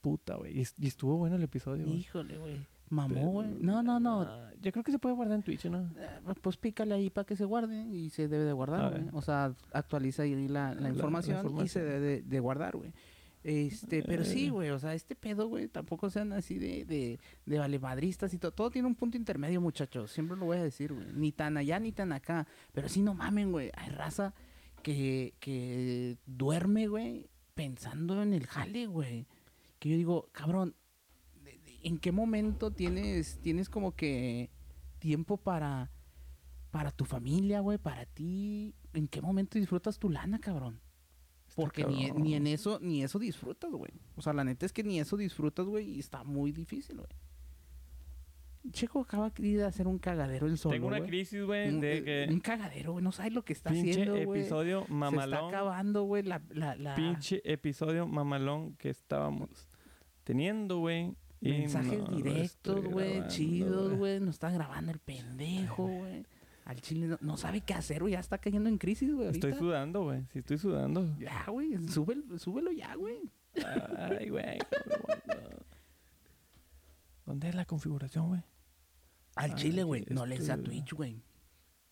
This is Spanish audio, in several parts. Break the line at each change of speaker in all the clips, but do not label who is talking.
puta, güey. Y, y estuvo bueno el episodio, güey.
Híjole, güey.
Mamó,
Pero-
güey. No, no, no.
Ah,
Yo creo que se puede guardar en Twitch, ¿no?
Ah, Pues pícale ahí para que se guarde y se debe de
Ah,
guardar, güey.
eh.
O sea, actualiza ahí la, la
La- la
información, y se
información.
debe de, de guardar, güey. Este, pero sí,
Eh.
güey, o sea, este pedo, güey, tampoco sean así de, de, de valemadristas y todo. Todo tiene un punto intermedio, muchachos. Siempre lo voy a decir, güey. Ni tan allá ni tan acá. Pero sí, no mamen, güey. Hay raza que, que duerme, güey, pensando en el jale, güey. Que yo digo, cabrón, de- de- ¿en qué momento tienes, tienes como que tiempo para, para tu familia, güey, para ti? ¿En qué momento disfrutas tu lana, cabrón?
Está
Porque ni,
cabrón.
ni en eso, ni eso disfrutas, güey. O sea, la neta es que ni eso disfrutas, güey, y está muy difícil, güey. Checo acaba de hacer un cagadero el solo,
Tengo una
güey.
crisis, güey,
Un, eh,
de que
un cagadero, güey. No sabes lo que está
pinche
haciendo, güey.
episodio
Se está
mamalón.
acabando, güey, la, la, la-
pinche episodio mamalón que estábamos teniendo, güey. y
mensajes
no lo
directos,
estoy
güey,
grabando,
chidos, güey. Nos está grabando el pendejo, güey. Al chile no, no sabe qué hacer, güey. Ya está cayendo en crisis, güey.
Estoy
ahorita.
sudando, güey. Sí, estoy sudando.
Ya, güey. Súbelo, súbelo ya, güey.
Ay, güey. no. ¿Dónde es la configuración, güey?
Al
Ah,
chile, güey.
sí,
No le des a
esto-
Twitch, güey.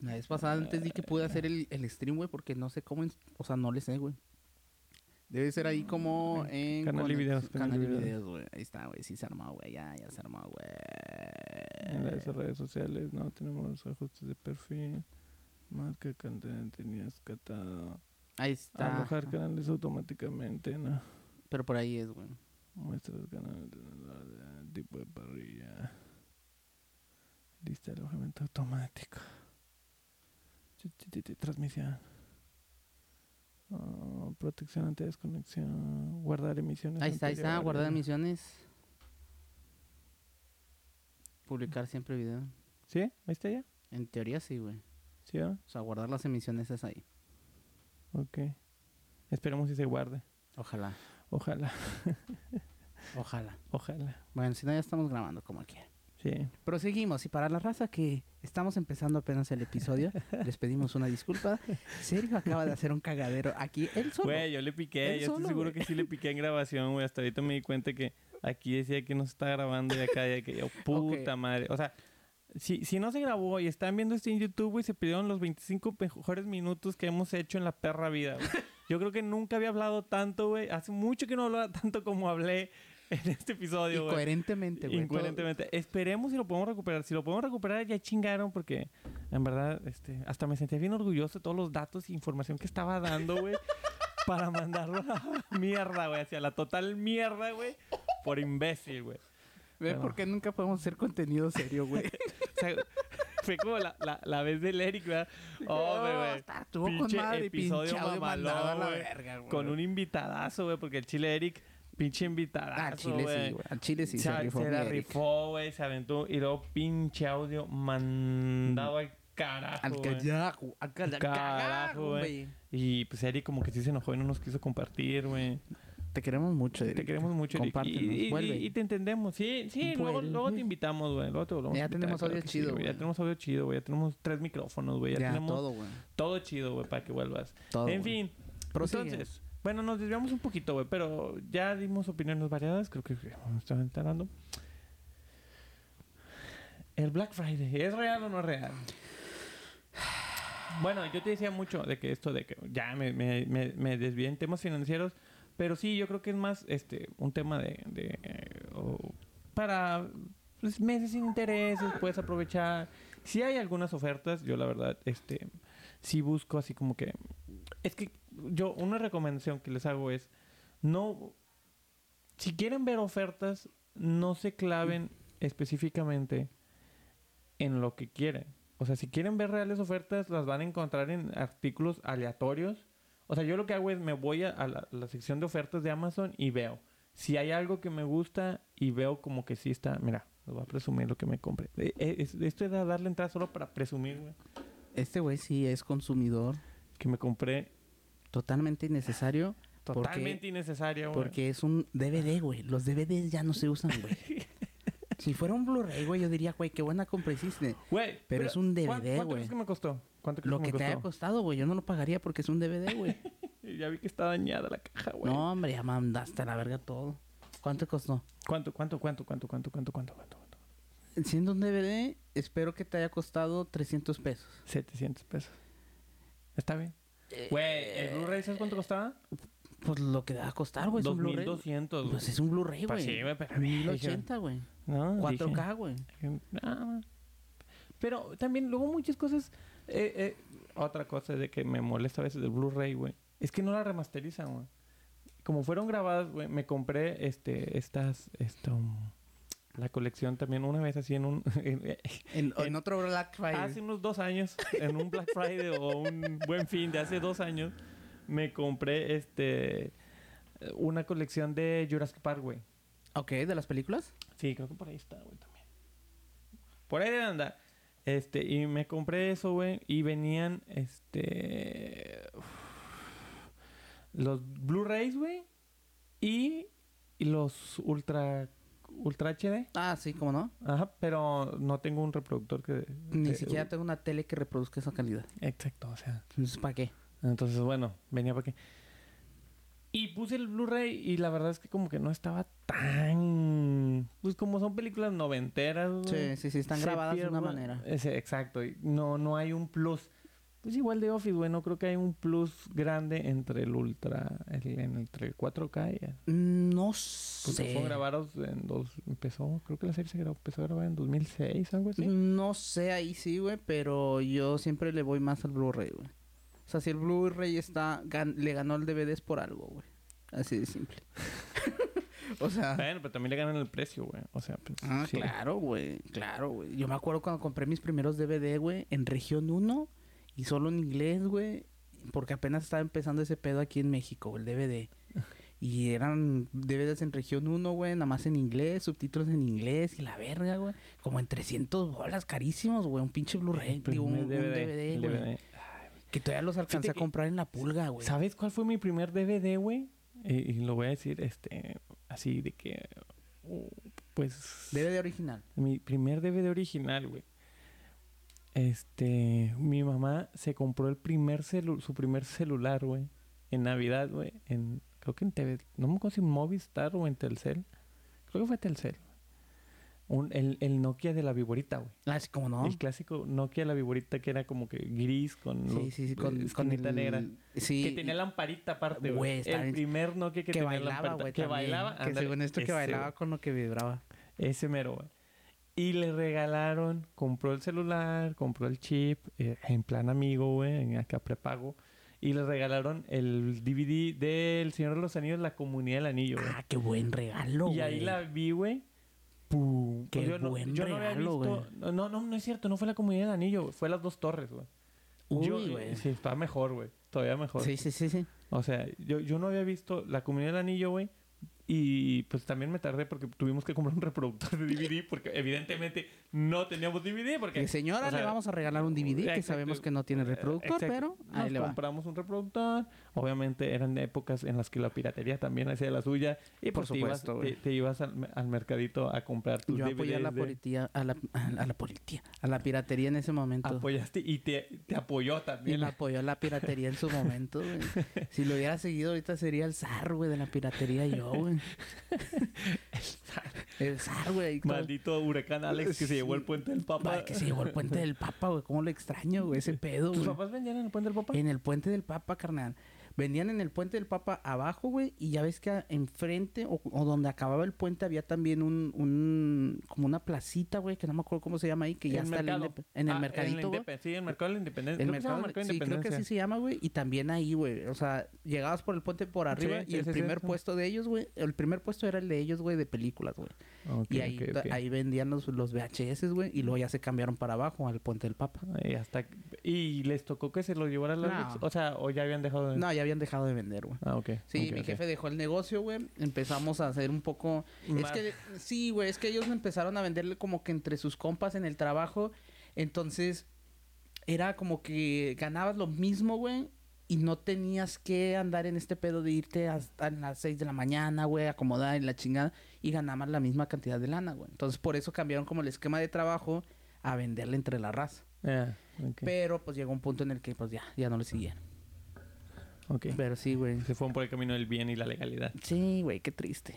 La vez pasada antes di que pude hacer el, el stream, güey, porque no sé cómo. en- O sea, no le sé, güey. Debe ser ahí como en.
Canal y
conex-
videos,
Canal, y videos, güey. Ahí está, güey. Sí se armó, güey. Ya, ya se armó,
En
güey.
las redes sociales no tenemos ajustes de perfil. Marca cantante ni escatado.
Ahí está.
Alojar canales automáticamente, no.
Pero por ahí es, güey.
Muestra los canales de la- tipo de parrilla. Lista de alojamiento automático. Chu, chu, chu, chu, Transmisión. Ah, protección ante desconexión. Guardar emisiones.
Ahí está, ahí está.
anteriores.
Guardar misiones. Publicar siempre video.
¿Sí? ¿Ahí está ya?
En teoría sí, güey.
¿Sí? ah?
O sea, guardar las emisiones es ahí.
Ok. Esperemos si se guarde.
Ojalá.
Ojalá,
Ojalá.
ojalá.
Bueno, si no, ya estamos grabando como quiera.
Sí.
Proseguimos. Y para la raza que estamos empezando apenas el episodio, les pedimos una disculpa. Sergio acaba de hacer un cagadero aquí él solo.
Güey, yo le piqué,
Él
yo
solo,
estoy seguro
güey.
que sí le piqué en grabación, güey. Hasta ahorita me di cuenta que aquí decía que no se está grabando y acá ya que yo, puta
Ok.
madre. O sea, si, si no se grabó y están viendo esto en YouTube, güey, se pidieron los 25 mejores minutos que hemos hecho en la perra vida, güey. Yo creo que nunca había hablado tanto, güey. Hace mucho que no hablaba tanto como hablé en este episodio, güey.
Incoherentemente, güey.
Incoherentemente. Esperemos si lo podemos recuperar. Si lo podemos recuperar, ya chingaron porque en verdad, este, hasta me sentía bien orgulloso de todos los datos e información que estaba dando, güey. para mandarlo a la mierda, güey. Hacia la total mierda, güey. Por imbécil, güey.
Todo- ¿Ve
Bueno.
por qué nunca podemos hacer contenido serio, güey?
O sea, fue como la, la, la vez del Eric, ¿verdad? Oh, güey, güey.
Está- estuvo con
Pinche
madre y
episodio
pinche audio
mamalón,
mandado a la
güey.
verga, güey.
Con un invitadazo, güey. Porque el chile Eric, pinche invitadazo,
Ah, Al chile sí, güey. Al chile sí.
se,
se rifó,
se la
mi Eric.
rifó, güey, se aventó y luego pinche audio mandado al carajo.
Mm. Al
güey.
carajo. Al carajo,
Carajo, güey.
güey.
Y pues Eric como que sí se enojó y no nos quiso compartir, güey.
Te queremos mucho, Eric.
Te queremos mucho, Eric.
Compártenos.
Y, y-
Vuelve.
y- y te entendemos. Sí, sí, luego,
Vuelve.
luego te invitamos, güey. Luego te volvemos
Ya
a invitar,
tenemos audio
que
chido,
güey. Ya
güey.
tenemos audio chido, güey. Ya tenemos tres micrófonos, güey. Ya,
ya,
tenemos todo,
todo, güey.
chido, güey, para que vuelvas.
Todo,
en
güey.
fin.
Prosigue.
Entonces, bueno, nos desviamos un poquito, güey, pero ya dimos opiniones variadas, creo que nos estamos enterando. El Black Friday, ¿es real o no es real? Bueno, yo te decía mucho de que esto de que ya me, me, me- me desvié en temas financieros, pero sí, yo creo que es más este un tema de... de, eh, o- para pues, meses sin intereses, puedes aprovechar. Si hay algunas ofertas, yo la verdad, este, sí busco así como que es que yo una recomendación que les hago es no si quieren ver ofertas no se claven específicamente en lo que quieren. O sea, si quieren ver reales ofertas las van a encontrar en artículos aleatorios. O sea, yo lo que hago es me voy a, a la, la sección de ofertas de Amazon y veo si hay algo que me gusta y veo como que sí está, mira, les voy a presumir lo que me compré. Eh, eh, es- Esto era darle entrada solo para presumir, güey,
Este güey sí es consumidor
que me compré
totalmente innecesario. porque-
totalmente innecesario, güey.
Porque es un DVD, güey. Los DVDs ya no se usan, güey. si fuera un Blu-ray, güey, yo diría, güey, qué buena compra hiciste.
Güey,
Pero es un DVD,
¿cuán- ¿Cuánto
güey.
crees que me costó? ¿Cuánto crees
Lo
que,
que te
me
haya
costó?
costado, güey, yo no lo pagaría porque es un DVD, güey.
ya vi que está dañada la caja, güey.
no, hombre, ya mandaste a la verga todo. ¿Cuánto costó?
¿Cuánto, cuánto, cuánto, cuánto, cuánto, cuánto, cuánto, cuánto? cuánto?
Siendo un DVD, espero que te haya costado 300 pesos.
700 pesos. ¿Está bien?
Eh,
Güey, ¿el Blu-ray sabes cuánto costaba?
Pues lo que va a costar, güey. es pues, un Blu-ray.
2200.
Pues es un Blu-ray,
Pues sí,
güey.
güey, pero... dije,
1080, güey.
No,
4K, güey.
dije, "Ah". Pero también luego muchas cosas... eh, eh, otra cosa de que me molesta a veces del Blu-ray, güey. Es que no la remasterizan, güey. Como fueron grabadas, güey, me compré este, estas... Esto, la colección también una vez así en un...
En,
Eh,
en otro Black Friday.
Hace unos dos años, en un Black Friday o un Buen Fin de hace dos años, me compré este una colección de Jurassic Park, güey.
Ok, ¿de las películas?
Sí, creo que por ahí está, güey, también. Por ahí debe andar. Este, y me compré eso, güey, y venían, este... uf, los Blu-rays, güey, y, y los Ultra... Ultra HD.
Ah, sí, ¿cómo no?
Ajá, pero no tengo un reproductor que...
Ni
que-
siquiera tengo una tele que reproduzca esa calidad.
Exacto, o sea...
Entonces, ¿para qué?
Entonces, bueno, venía para aquí. Y puse el Blu-ray y la verdad es que como que no estaba tan... Pues como son películas noventeras.
Sí,
güey,
sí, sí, están
se
grabadas de una
pierde-
manera.
Ese, exacto. y No, no hay un plus. Pues igual de Office, güey. No creo que hay un plus grande entre el Ultra... el- en- entre el 4K y... el-
Mm, No
Porque
sé.
fueron grabados en dos... Empezó... Creo que la serie se grabó, empezó a grabar en 2006, algo así.
No sé ahí sí, güey, pero yo siempre le voy más al Blu-ray, güey. O sea, si el Blu-ray está gan- le ganó el DVD es por algo, güey. Así de simple. o sea,
Bueno, pero también le ganan el precio, güey. O sea, pues...
ah,
sí.
claro, güey, claro, güey. Yo me acuerdo cuando compré mis primeros DVD, güey, en región 1 y solo en inglés, güey, porque apenas estaba empezando ese pedo aquí en México, el DVD. Y eran DVDs en región 1, güey, nada más en inglés, subtítulos en inglés y la verga, güey. Como en 300 bolas carísimos, güey, un pinche Blu-ray,
Primer
digo, un, un DVD,
el
güey.
DVD.
Que todavía los alcancé
Fíjate
a
que-
comprar en la pulga, güey.
¿Sabes cuál fue mi primer DVD, güey? Y, y lo voy a decir, este, así de que, uh, pues,
DVD original.
mi primer DVD original, güey. Este, mi mamá se compró el primer celu- su primer celular, güey, en Navidad, güey, en, creo que en TV, no me acuerdo si en Movistar o en Telcel, creo que fue Telcel. Un, el, el Nokia de la viborita, güey.
Ah, sí, como no.
El clásico Nokia de la viborita que era como que gris con
Sí,
los-
sí, sí, con, con
esquinita
el-
negra.
Sí.
Que tenía lamparita aparte,
Güey,
güey.
está
El
bien.
primer Nokia que,
que,
tenía
bailaba,
lamparita.
güey.
que
también.
bailaba.
Que
ándale, Este,
según esto que
ese,
bailaba con lo que vibraba.
güey. Ese mero, güey. Y le regalaron, compró el celular, compró el chip, eh, en plan amigo, güey, en acá prepago. Y le regalaron el DVD del Señor de los Anillos, La Comunidad del Anillo, güey.
Ah, qué buen regalo, güey.
y ahí la vi, güey. Pum.
Qué
yo no,
buen
yo no había
regalo, güey.
visto- No, no, no es cierto, no fue La Comunidad del Anillo, güey, fue Las Dos Torres, güey. Yo-
Uy, güey.
Sí, está mejor, güey. Todavía mejor.
Sí, sí, sí, sí.
O sea, yo, yo no había visto La Comunidad del Anillo, güey. Y pues también me tardé porque tuvimos que comprar un reproductor de DVD porque evidentemente no teníamos DVD porque...
Que señora,
o sea,
le vamos a regalar un DVD que
exacto. eh,
sabemos que no tiene reproductor,
Exacto.
pero ahí
Nos
le va.
compramos un reproductor. Obviamente eran épocas en las que la piratería también hacía la suya. Y
Por
pues te ibas-
supuesto,
te,
güey.
te ibas al, al mercadito a comprar tus
Yo apoyé a
DVDs
la
de-
politía, a la, a la- a la politía, a la piratería en ese momento.
Apoyaste y te, te apoyó
y
también.
me apoyó a la piratería en su momento, güey. Si lo hubiera seguido, ahorita sería el zar, güey, de la piratería yo, güey. El zar, güey. ahí todo-
Maldito huracán Alex que se llevó el puente del papá.
Ay, que se llevó el puente del Papa, güey. ¿Cómo lo extraño, güey? Ese pedo,
¿Tus
güey.
papás vendían en el puente del papá?
En el puente del Papa, carnal. Vendían en el puente del Papa abajo, güey, y ya ves que a- enfrente o, o donde acababa el puente había también un, un como una placita, güey, que no me acuerdo cómo se llama ahí, que ya
El
está el
mercado.
indep- en el
Ah,
mercadito, güey.
Indepe- Sí, el mercado de la independencia.
El
Creo que se llama
mercado,
mercado de
sí, creo que así
independencia.
se llama, güey. Y también ahí, güey. O sea, llegabas por el puente por arriba
Sí,
y
sí,
el
sí, sí,
primer
sí.
puesto de ellos, güey. El primer puesto era el de ellos, güey, de películas, güey.
Ok,
y ahí,
ok,
ta-
ok.
ahí vendían los, los VHS, güey. Y luego ya se cambiaron para abajo al puente del Papa.
Y hasta... ¿Y les tocó que se lo llevara la
No.
Alex? O sea, ¿o ya habían dejado de...?
No, ya habían dejado de vender, güey.
Ah, ok.
Sí,
ok,
mi
ok.
jefe dejó el negocio, güey. Empezamos a hacer un poco.
Más-
Es que, sí, güey, es que ellos empezaron a venderle como que entre sus compas en el trabajo. Entonces, era como que ganabas lo mismo, güey. Y no tenías que andar en este pedo de irte hasta las 6 de la mañana, güey, acomodar en la chingada. Y ganabas la misma cantidad de lana, güey. Entonces, por eso cambiaron como el esquema de trabajo a venderle entre la raza.
Ah, ok.
Pero, pues, llegó un punto en el que, pues, ya, ya no le siguieron.
ok.
Pero sí, güey.
Se fueron por el camino del bien y la legalidad.
Sí, güey, qué triste.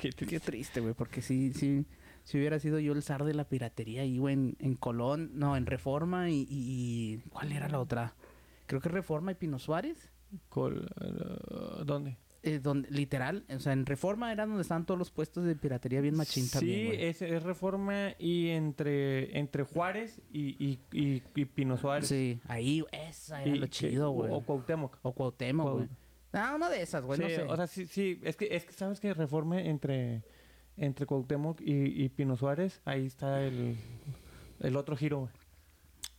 Qué triste.
Qué triste, güey, porque sí, sí, si hubiera sido yo el zar de la piratería ahí, güey, en, en Colón, no, en Reforma y, y- y- ¿Cuál era la otra? Creo que Reforma y Pino Suárez.
Col- eh, ¿Dónde?
eh, donde, literal, o sea, en Reforma era donde estaban todos los puestos de piratería bien machín también.
Sí, eh,
güey.
es, es Reforma y entre, entre Juárez y, y, y, y Pino Suárez.
Sí, ahí, esa era
Y
lo
que-
chido, güey.
O, o
O,
Cuauhtémoc.
Cuauhtémoc,
Cuau-
güey. Ah, una de esas, güey, no
Sí,
sé.
O sea, sí, sí, es que, es que sabes que Reforma entre, entre Cuauhtémoc y, y Pino Suárez, ahí está el, el otro giro, güey.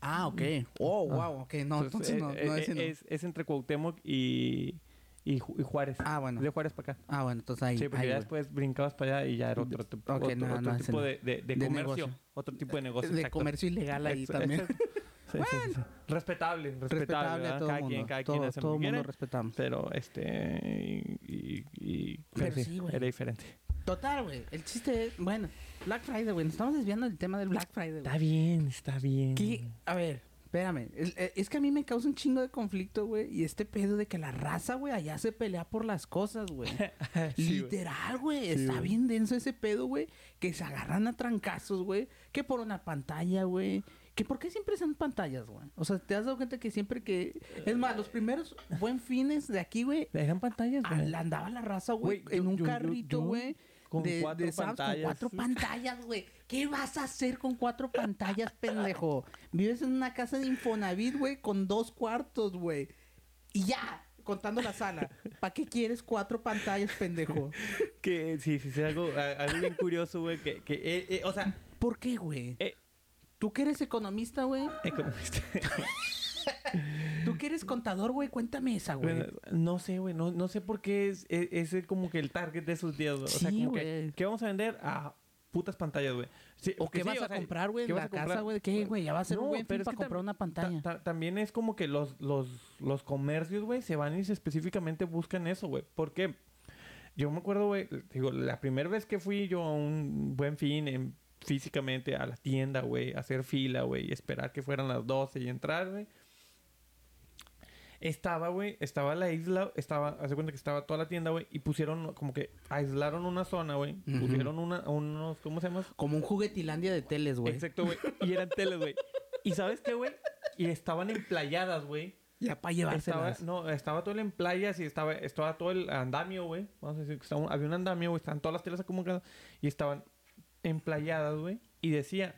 ah, ok. Oh,
Ah.
wow, ok. No, entonces, no,
eh,
no,
eh,
ese no.
es, es entre Cuauhtémoc y, y, Ju- y Juárez.
Ah, bueno.
De Juárez para acá.
Ah, bueno, entonces ahí.
Sí, porque
ahí,
ya
güey.
después brincabas para allá y ya era otro, tip-
Ok,
otro,
no,
otro
no, ese
tipo
no.
de, de- de
De
comercio.
negocio.
Otro tipo de negocio.
de
pues, exacto.
comercio ilegal ahí
Ex-
también.
exacto. Sí, sí, sí, sí. Respetable, respetable.
Respetable a
¿verdad?
todo
cada
mundo.
quien, cada
todo
quien hace
todo
lo que
mundo
quiere.
respetamos.
Pero este. Y, y- y-
Pero
sí,
sí, güey.
era diferente.
Total, güey. El chiste es, bueno, Black Friday, güey. Nos estamos desviando del tema del Black Friday, güey.
bien, está bien.
Que- A ver, espérame. El- eh, Es que a mí me causa un chingo de conflicto, güey. Y este pedo de que la raza, güey, allá se pelea por las cosas, güey.
Ah, Sí, güey.
Literal, güey.
Sí,
Está
güey.
bien denso ese pedo, güey. Que se agarran a trancazos, güey. Que por una pantalla, güey. Que por qué siempre son pantallas, güey. O sea, te has dado cuenta que siempre que. Es más, los primeros buen fines de aquí, güey.
Eran pantallas,
a-
güey. Ah,
la Ah, Andaba la raza, güey.
Güey,
En
yo-
un
yo- yo-
carrito,
yo
güey.
con
de-
cuatro
de Sam's,
pantallas.
Con cuatro pantallas, güey. ¿Qué vas a hacer con cuatro pantallas, pendejo? Vives en una casa de Infonavit, güey, con dos cuartos, güey. Y ya, contando la sala. ¿Para qué quieres cuatro pantallas, pendejo?
Que sí, sí, sí, algo, a- algo bien curioso, güey. Que, que eh, eh, o sea,
¿Por qué, güey?
eh,
Tú que eres economista, güey.
economista.
Tú que eres contador, güey. Cuéntame esa, güey.
Bueno, no sé, güey, no, no sé por qué es, e- ese es como que el target de esos días, güey. O sea,
Sí,
como que,
güey.
¿qué vamos a vender? A putas pantallas, güey. Sí,
¿O
porque
qué
sí,
vas
o
a
sea,
comprar, güey,
¿qué
en
vas
la
a comprar?
casa, güey? ¿Qué, güey? Ya va a ser un buen
pero
fin
es
para
que
comprar
tam-
una pantalla.
ta- ta- también es como que los, los, los comercios, güey, se van y se específicamente buscan eso, güey. Porque yo me acuerdo, güey, digo, la primera vez que fui yo a un buen fin en- físicamente a la tienda, güey, a hacer fila, güey, y esperar que fueran las 12 y entrar, güey. Estaba, güey, estaba la isla, estaba, hace cuenta que estaba toda la tienda, güey, y pusieron como que aislaron una zona, güey.
Ujú.
Pusieron una, unos, ¿cómo se llama?
Como un juguetilandia de teles, güey.
Exacto, güey. Y eran teles, güey. ¿Y sabes qué, güey? Y estaban en playadas, güey.
Ya
Estaba,
para llevárselas.
no, estaba todo en playas y estaba, estaba todo el andamio, güey. Vamos a decir que estaba un- había un andamio, güey. Estaban todas las telas acumuladas y estaban en playadas, güey. Y decía,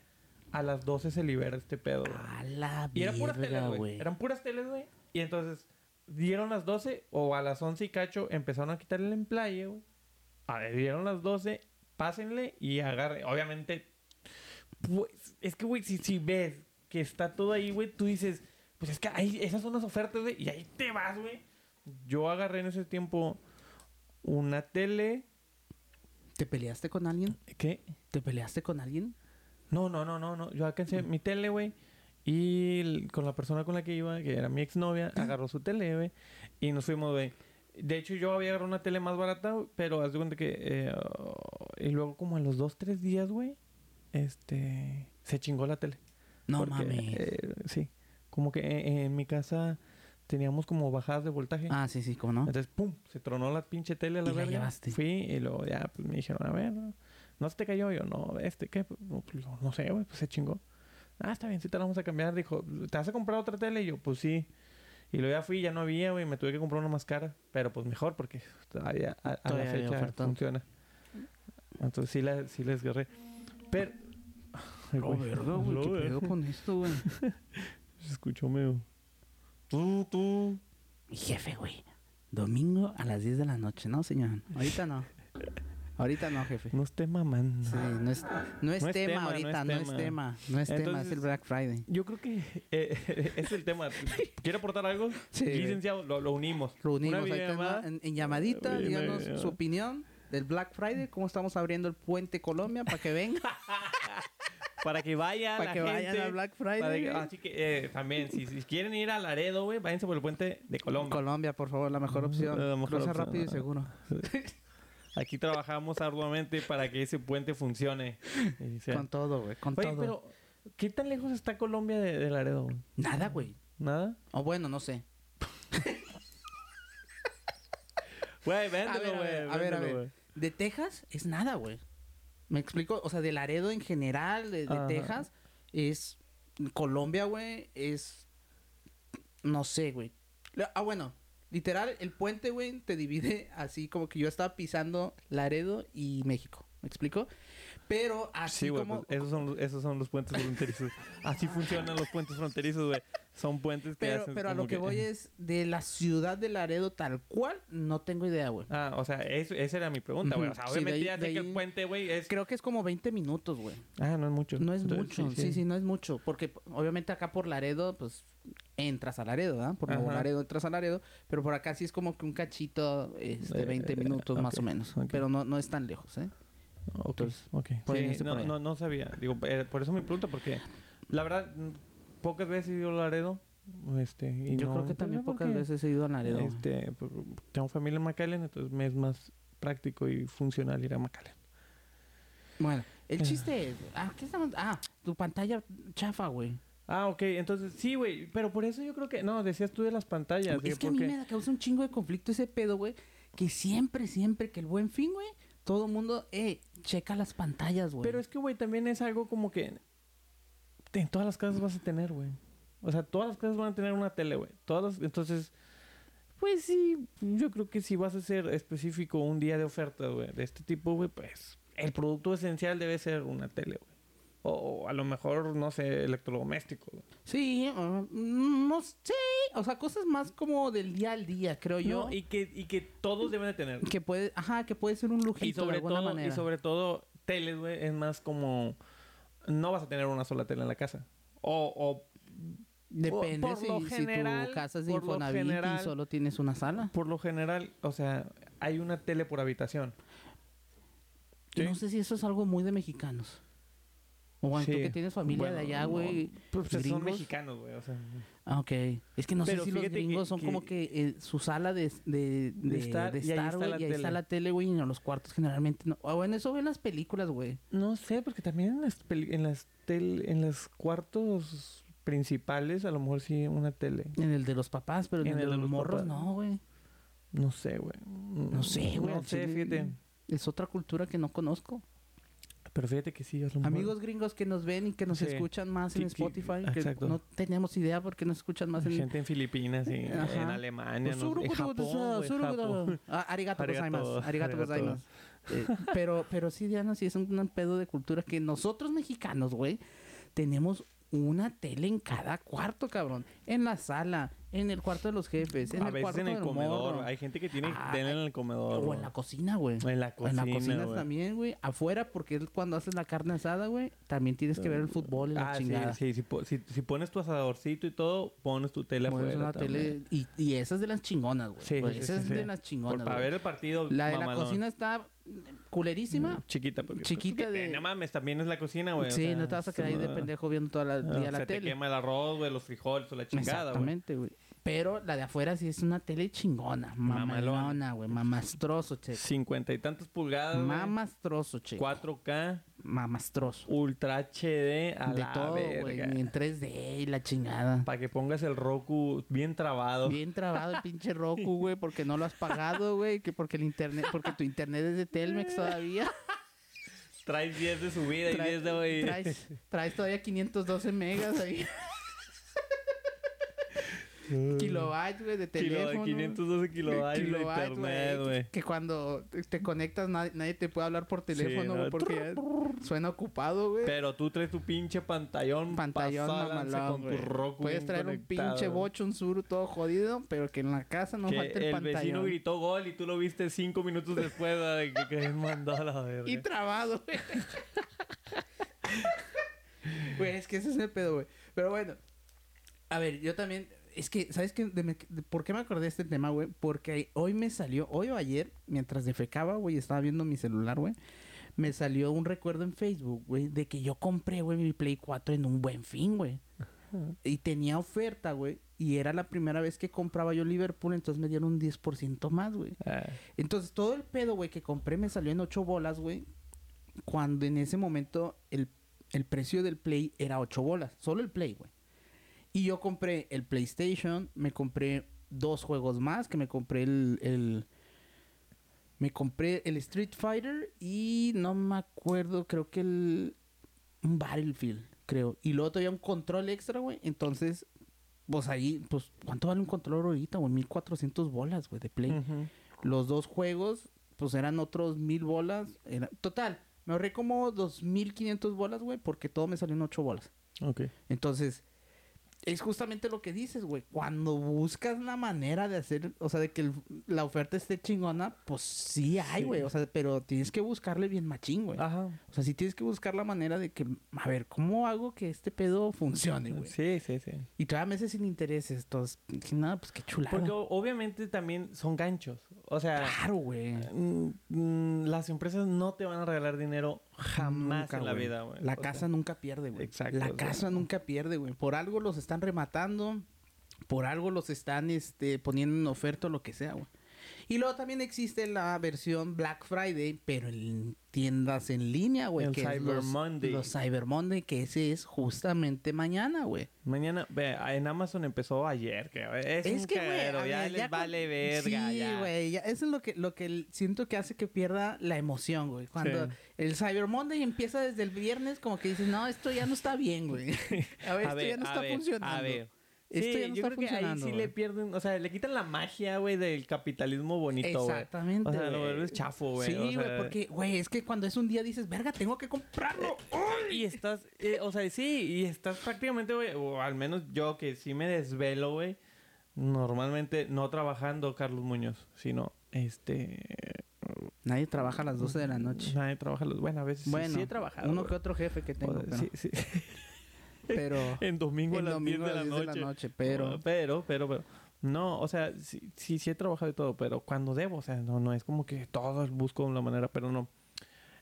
a las 12 se libera este pedo, güey.
A la
Y eran puras
verga,
teles, güey. Eran puras teles, güey. Y entonces dieron las 12 o a las 11 y cacho empezaron a quitarle el emplaye, güey. A ver, dieron las 12, pásenle y agarre. Obviamente, pues, es que, güey, si, si ves que está todo ahí, güey, tú dices, pues es que ahí, esas son las ofertas, güey, y ahí te vas, güey. Yo agarré en ese tiempo una tele.
¿Te peleaste con alguien?
¿Qué?
¿Te peleaste con alguien?
No, no, no, no, no. Yo alcancé mi tele, güey. Y el- con la persona con la que iba, que era mi exnovia, agarró su tele, güey. Y nos fuimos, güey. De hecho, yo había agarrado una tele más barata, güey, pero haz de cuenta que... eh, oh, y luego como a los dos, tres días, güey, este... Se chingó la tele.
No
Porque,
mames.
eh, sí. Como que eh, en mi casa teníamos como bajadas de voltaje.
ah, sí, sí, ¿cómo no?
Entonces, pum, se tronó la pinche tele a la
Y la
verga.
llevaste.
Fui y luego ya pues, me dijeron, a ver, ¿no ¿no se te cayó? Yo, no, este, ¿qué? No, pues, yo, no sé, güey, pues se chingó. Ah, está bien, sí te la vamos a cambiar. Dijo, ¿te vas a comprar otra tele? Y yo, pues sí. Y luego ya fui, ya no había, güey, me tuve que comprar una más cara. Pero pues mejor, porque todavía a, a
Todavía
la
hay
fecha
ofertón.
funciona. Entonces sí, la, sí les agarré. Pero. Ay,
Lo
güey.
Oh, verga, güey,
Lo
¿qué
verga.
pedo con esto, güey?
Se escuchó medio. Tú, tú.
Mi jefe, güey. Domingo a las 10 de la noche. No, señor. Ahorita no. Ahorita no, jefe.
No estés mamando.
Sí, no es, no es
No es
tema
tema, no
ahorita,
es
no es
tema.
tema. No es tema, es
Entonces-
el Black Friday.
Yo creo que eh, es el tema. ¿Quiere aportar algo?
Sí, güey.
Licenciado, lo, lo unimos. Una
Reunimos ahí
videollamada.
está, en, en llamadita,
Una
díganos su
videollamada.
opinión del Black Friday, cómo estamos abriendo el puente Colombia para que venga,
para que vaya
para
la
que
gente.
vayan al Black Friday.
para que-
güey.
así que eh, también, si, si quieren ir a Laredo, güey, váyanse por el puente de Colombia.
Colombia, por favor, la mejor
Mm,
opción.
la mejor
Cruza
opción.
rápido y seguro.
Aquí trabajamos arduamente para que ese puente funcione. Y sea-
Con todo, güey. Con
Oye,
todo.
pero ¿qué tan lejos está Colombia de, de Laredo? güey?
Nada, güey.
¿Nada?
O bueno, no sé.
Güey,
A ver,
véndelo,
a
güey.
ver, a ver, a
véndelo,
ver.
güey.
de Texas es nada, güey. ¿Me explico? O sea, de Laredo en general, de, de
Ajá.
Texas, es Colombia, güey, es... No sé, güey. La- Ah, bueno, literal, el puente, güey, te divide así como que yo estaba pisando Laredo y México. ¿Me explico? Pero así
Sí, güey,
como...
pues esos, son los, esos son los puentes fronterizos. Así funcionan los puentes fronterizos, güey. Son puentes que "Ah".
Pero,
hacen
pero a
como
lo que voy es de la ciudad de Laredo tal cual, no tengo idea, güey.
Ah, o sea, eso- esa era mi pregunta, güey. O sea,
Ujú. Sí, de
obviamente ya
ahí-
sé
de
que
ahí-
el puente, güey, es...
Creo que es como 20 minutos, güey.
Ah, no es mucho.
No es
Entonces,
mucho, sí sí. no es mucho. Porque p- obviamente acá por Laredo, pues entras a Laredo, ¿verdad? Por Nuevo
Ajá.
Laredo entras a Laredo, pero por acá sí es como que un cachito, este,
Eh,
20 minutos
ok,
más o menos.
ok.
Pero no, no es tan lejos, ¿eh?
Ok,
Entonces,
ok.
pueden
Sí,
irse por
no,
ahí.
no, no sabía. Digo, eh, por eso mi pregunta, porque la verdad, mm, pocas veces he ido a Laredo. Este, y
Yo
no-
creo que también
porque,
pocas veces he ido a Laredo. güey.
Este, por- tengo familia en McAllen, entonces me es más práctico y funcional ir a McAllen.
Bueno, el
Ah.
chiste es... Ah, ¿qué estamos? Ah, tu pantalla chafa, güey.
Ah, ok, entonces sí, güey, pero por eso yo creo que. No, decías tú de las pantallas.
es
digo,
que a mí
porque-
me causa un chingo de conflicto ese pedo, güey. Que siempre, siempre, que el buen fin, güey, todo mundo, eh, checa las pantallas, güey.
Pero es que, güey, también es algo como que. En todas las casas vas a tener, güey. O sea, todas las casas van a tener una tele, güey. Todas las- Entonces. Pues sí, yo creo que si vas a ser específico un día de oferta, güey, de este tipo, güey, pues el producto esencial debe ser una tele, güey. O, o a lo mejor, no sé, electrodoméstico. güey.
Sí, ah, mm, no sé. O sea, cosas más como del día al día, creo yo.
No, y que, y que todos deben de tener.
Que puede, ajá, que puede ser un lujito
Y
de
sobre,
alguna
todo,
manera.
y sobre todo, teles, güey, es más como... No vas a tener una sola tele en la casa. O, o
Depende
por
si,
lo
si
general-
tu casa es de
por lo
Infonavit
general-
y solo tienes una sala.
Por lo general, o sea, hay una tele por habitación.
No sé si eso es algo muy de mexicanos. O bueno, tú
Sí.
que tienes familia
Bueno,
de allá,
no,
güey.
pues, son
gringos.
mexicanos, güey. O sea,
Ah, ok. Es que no
Pero
sé si los
fíjate que-
gringos son
que-
como que eh, su sala de, de, de, de estar,
estar, y ahí está
güey,
la
y ahí está
tele.
la tele, güey, y en los cuartos generalmente no. Ah, bueno, eso ven las películas, güey.
no sé, porque también en las, peli- en las, tel- en los cuartos principales, a lo mejor sí una tele.
En el de los papás, pero en, el, de los, morros
papás.
no, güey.
No sé, güey. No
sé, güey,
No
al
sé,
chile.
fíjate.
Es otra cultura que no conozco.
Pero fíjate que sí, a lo mejor-
Amigos gringos que nos ven y que nos
Sí.
escuchan más en
Sí, que-
Spotify, que
exacto.
no tenemos idea porque nos escuchan más en...
Gente en Pues Filipinas y
Ajá.
en Alemania, no, en
Surugudu-
Japón, güey,
surugudu-
Japón.
Ah, Arigato
Arigato,
gozaimasu, arigato
arigato.
gozaimasu. Eh, pero, pero sí, Diana, sí es un pedo de cultura que nosotros mexicanos, güey, tenemos una tele en cada cuarto, cabrón. En la sala, en el cuarto de los jefes, en
A
el
veces
cuarto
en el
del
comedor.
morro,
Hay gente que tiene
Ah,
tele en el comedor.
o
güey.
en la cocina, güey.
En la
En
cocina,
la cocina
güey.
también, güey. Afuera, porque es cuando haces la carne asada, güey, también tienes que ver el fútbol y la
Ah, sí,
chingada.
sí, si, po- si, si pones tu asadorcito y todo, pones tu tele
Pones
afuera.
una tele
también.
y, y esa es de las chingonas, güey.
Sí,
Pues
sí,
esa
sí,
es
sí.
de las
Por-
chingonas.
para
güey.
ver el partido.
La de la
mamalón. Mm,
cocina está culerísima.
Chiquita, porque.
Chiquita
porque,
de-
No mames, también es la cocina, güey. o
sí,
sea,
no te vas a quedar ahí de
no-
pendejo viendo toda la
no,
día la
se te
tele.
quema el arroz, güey, los frijoles o la chingada, güey.
Exactamente, güey. Pero la de afuera sí es una tele chingona.
Mamalona.
Mamalona, güey. Mamastroso, che.
Cincuenta y tantas pulgadas. güey,
Mamastroso, che.
4K,
Mamastroso.
Ultra HD, a
de
la
todo, güey.
verga.
y En 3D y la chingada.
Para que pongas el Roku bien trabado.
Bien trabado el pinche Roku, güey, porque no lo has pagado, güey, que porque el internet, porque tu internet es de Telmex todavía.
Traes 10 de subida
Trae-
y 10 de hoy.
traes, traes todavía 512 megas ahí. kilobytes, güey, de teléfono.
512 kilobytes de
Kilobytes,
internet, güey.
Que, que cuando te- te conectas na- nadie, te puede hablar por
Sí,
teléfono, güey,
¿no?
porque ya suena ocupado, güey.
Pero tú traes tu pinche pantallón.
Pantallón
pasado de lanza
mamalón,
con
güey.
tu Roku
Puedes
bien
traer un
conectado.
pinche bocho, un sur todo jodido, pero que en la casa no
Que
falte
el,
el,
vecino
pantallón.
gritó gol y tú lo viste cinco minutos después güey, de que, que mandó a la verga.
Y trabado, güey. Güey, es que ese es el pedo, güey. Pero bueno, a ver, yo también. Es que, ¿sabes qué? De me- de- ¿Por qué me acordé de este tema, güey? Porque hoy me salió, hoy o ayer, mientras defecaba, güey, estaba viendo mi celular, güey. Me salió un recuerdo en Facebook, güey, de que yo compré, güey, mi Play 4 en un buen fin, güey. Y tenía oferta, güey. Y era la primera vez que compraba yo Liverpool, entonces me dieron un 10% más, güey.
Ah,
Entonces, todo el pedo, güey, que compré me salió en ocho bolas, güey. Cuando en ese momento el, el precio del Play era ocho bolas. Solo el Play, güey. Y yo compré el PlayStation, me compré dos juegos más, que me compré el... el Me compré el Street Fighter y no me acuerdo, creo que el. Un Battlefield, creo. Y luego todavía un control extra, güey. Entonces, pues ahí, pues, ¿cuánto vale un control ahorita, güey? 1400 bolas, güey, de Play.
Ujú.
Los dos juegos, pues eran otros mil bolas. Era- Total, me ahorré como 2500 bolas, güey, porque todo me salió en 8 bolas.
Ok.
Entonces, es justamente lo que dices, güey. Cuando buscas la manera de hacer, o sea, de que el- la oferta esté chingona, pues sí hay,
Sí. Ah.
güey. O sea, pero tienes que buscarle bien machín, güey.
Ajá.
O sea, sí tienes que buscar la manera de que, a ver, ¿cómo hago que este pedo funcione, güey?
Sí, sí, sí.
Y todavía meses sin intereses, entonces, dije, nada, pues qué chulada.
Porque o- obviamente también son ganchos. O sea,
Claro, güey.
mm, mm, las empresas no te van a regalar dinero jamás
Nunca,
en la
güey.
vida, güey.
La
O sea,
casa nunca pierde, güey.
Exacto,
La
o sea,
casa nunca pierde, güey. Por algo los están rematando, por algo los están este, poniendo en oferta, lo que sea, güey. Y luego también existe la versión Black Friday, pero en tiendas en línea, güey.
El
que es
Cyber
los-
Monday.
Los Cyber Monday, que ese es justamente mañana, güey.
Mañana, ve, en Amazon empezó ayer, que es, un
güey,
cagadero,
a
ya
ver,
les
con-
vale verga.
Sí,
ya.
güey. ya- Eso es lo que, lo que el- siento que hace que pierda la emoción, güey. Cuando
Sí.
el Cyber Monday empieza desde el viernes, como que dices, no, esto ya no está bien, güey. A ver, esto ya no
a
está
ver,
funcionando.
A ver.
Esto
sí,
ya no
yo
está
creo que ahí
funcionando,
sí le
güey.
pierden, o sea, le quitan la magia, güey, del capitalismo bonito, güey.
Exactamente.
O sea, lo
güey.
vuelves chafo, güey.
Sí,
o
güey,
sea,
porque, güey, es que cuando es un día dices, verga, tengo que comprarlo.
Y estás, eh, o sea, sí, y estás prácticamente, güey, o al menos yo que sí me desvelo, güey, normalmente no trabajando, Carlos Muñoz, sino, este...
Nadie trabaja a las 12 de la noche.
Nadie trabaja los... Bueno, a veces sí-
Bueno,
sí, he trabajado.
uno
güey.
que otro jefe que tengo,
O sea,
pero,
sí, sí.
pero
En domingo a
el
las
domingo
10 de la
a las 10 de la
noche.
noche, pero...
Ah, Pero, pero, pero. No, o sea, sí, sí, sí he trabajado de todo, pero cuando debo, o sea, no, no es como que todo busco una manera, pero no.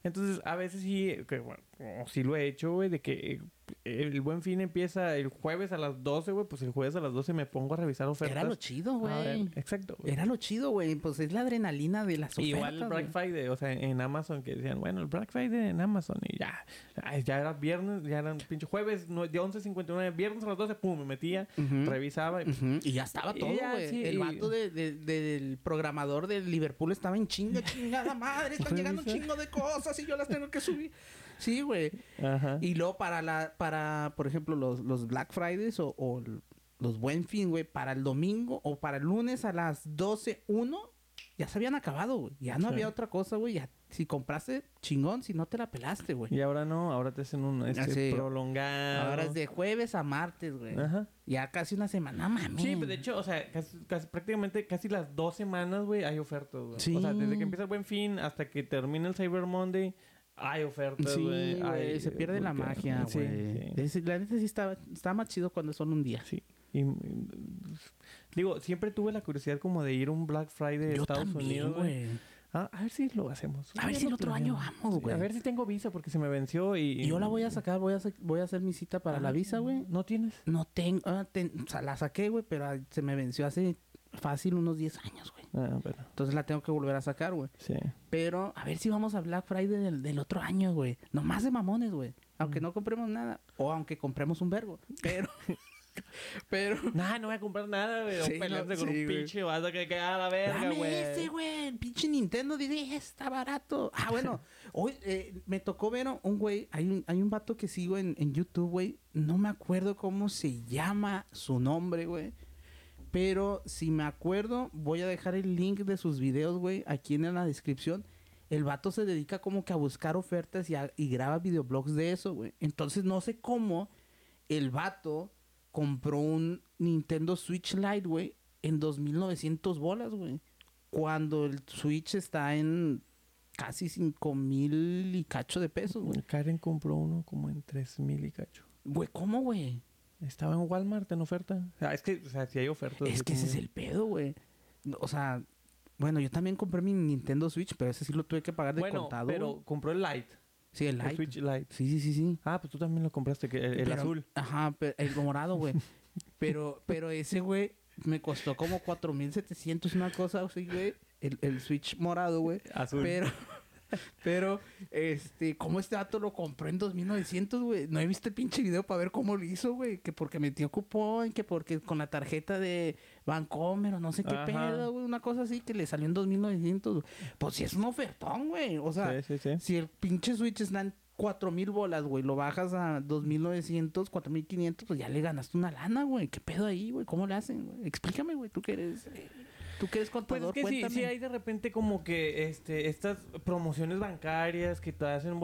Entonces, a veces sí, que, bueno, o sí lo he hecho, güey, de que eh, el buen fin empieza el jueves a las 12, güey, pues el jueves a las 12 me pongo a revisar ofertas.
Era lo chido,
A ver,
güey.
Exacto, güey.
Era lo chido, güey. Pues es la adrenalina de las ofertas.
Igual el Black
güey.
Friday, o sea, en Amazon que decían, bueno, el Black Friday en Amazon y ya, ay, ya era viernes, ya era pinche jueves, no, de 11.59, viernes a las 12, pum, me metía,
Ujú.
revisaba y
Ujú. Y ya estaba
Y
todo,
ya,
güey.
sí,
el
y-
vato de- de- del programador del Liverpool estaba en chinga, chingada madre. Están llegando un
Revisa.
chingo de cosas y yo las tengo que subir. Sí, güey.
Ajá.
Y luego para la, para, por ejemplo, los, los Black Fridays o, o l- los Buen Fin, güey, para el domingo o para el lunes a las 12, 1, ya se habían acabado, güey. Ya no
Sí.
había otra cosa, güey. Ya, si compraste, chingón, si no te la pelaste, güey.
Y ahora no, ahora te hacen un este,
Ah, sí.
prolongado.
Ahora es de jueves a martes, güey.
Ajá.
Ya casi una semana, mami.
Sí, pero de hecho, o sea, casi- casi- prácticamente casi las dos semanas, güey, hay ofertas, güey.
Sí.
O sea, desde que empieza el Buen Fin hasta que termina el Cyber Monday, hay ofertas,
Sí,
pues, güey.
güey,
hay-
se pierde la
porque-
magia,
sí,
güey.
sí.
Es- La neta sí está, está más chido cuando es solo un día.
Sí. Y, mm, digo, siempre tuve la curiosidad como de ir a un Black Friday de Estados Unidos, güey. Ah, a ver si lo hacemos.
A ver
Ya
si el
lo
otro año
planeamos.
vamos,
Sí,
güey.
A ver si tengo visa porque se me venció y...
Y yo la voy a sacar, voy a, sa- voy a hacer mi cita
Ah.
para la visa, güey.
¿No tienes?
No tengo, ah, ten- o sea, la saqué, güey, pero ah, se me venció hace fácil unos 10 años, güey.
Ah, pero...
Entonces la tengo que volver a sacar, güey.
Sí.
Pero a ver si vamos a Black Friday del, del otro año, güey. Nomás de mamones, güey.
Mm.
Aunque no compremos nada. O aunque compremos un vergo. Pero, pero,
Nah, no voy a comprar nada, güey.
Sí,
O pelearse
no,
con
sí,
un
güey.
pinche vato que queda a la verga,
Dame
güey.
ese, güey. El pinche Nintendo dice, está barato. Ah, bueno. Hoy eh, me tocó ver a un güey. Hay un, hay un vato que sigo en, en YouTube, güey. No me acuerdo cómo se llama su nombre, güey. Pero si me acuerdo, voy a dejar el link de sus videos, güey, aquí en la descripción. El vato se dedica como que a buscar ofertas y, a- y graba videoblogs de eso, güey. Entonces no sé cómo el vato compró un Nintendo Switch Lite, güey, en 2.900 bolas, güey. Cuando el Switch está en casi 5.000 y cacho de pesos, güey.
Karen compró uno como en 3000 y cacho.
Güey, ¿cómo, güey?
Estaba en Walmart en oferta. O sea, es que, o sea, si hay ofertas.
Es
así
que ese
como-
es el pedo, güey. No, O sea, bueno, yo también compré mi Nintendo Switch, pero ese sí lo tuve que pagar de
Bueno,
contado.
pero
güey.
compró el Lite.
Sí, el
El
Lite.
Switch Lite.
Sí, sí, sí, sí.
Ah, pues tú también lo compraste, que el, el
Pero-
azul.
Ajá, pero, el morado, güey. pero, pero ese, güey, me costó como 4.700, una cosa así, güey. El, el Switch morado, güey.
Azul.
Pero, Pero, este, ¿cómo este dato lo compró en 2900, güey? No he visto el pinche video para ver cómo lo hizo, güey. Que porque metió cupón, que porque con la tarjeta de Bancomer o no sé qué
Ajá.
pedo, güey. Una cosa así que le salió en 2900, güey. Pues sí es un ofertón, güey. O sea,
Sí, sí, sí.
si el pinche Switch está en 4000 bolas, güey, lo bajas a 2900, 4500, pues ya le ganaste una lana, güey. ¿Qué pedo ahí, güey? ¿Cómo le hacen, güey? Explícame, güey. Tú que eres, eh, tú que eres
Pues es
contador,
que sí,
cuéntame.
sí hay de repente como que este, estas promociones bancarias que te hacen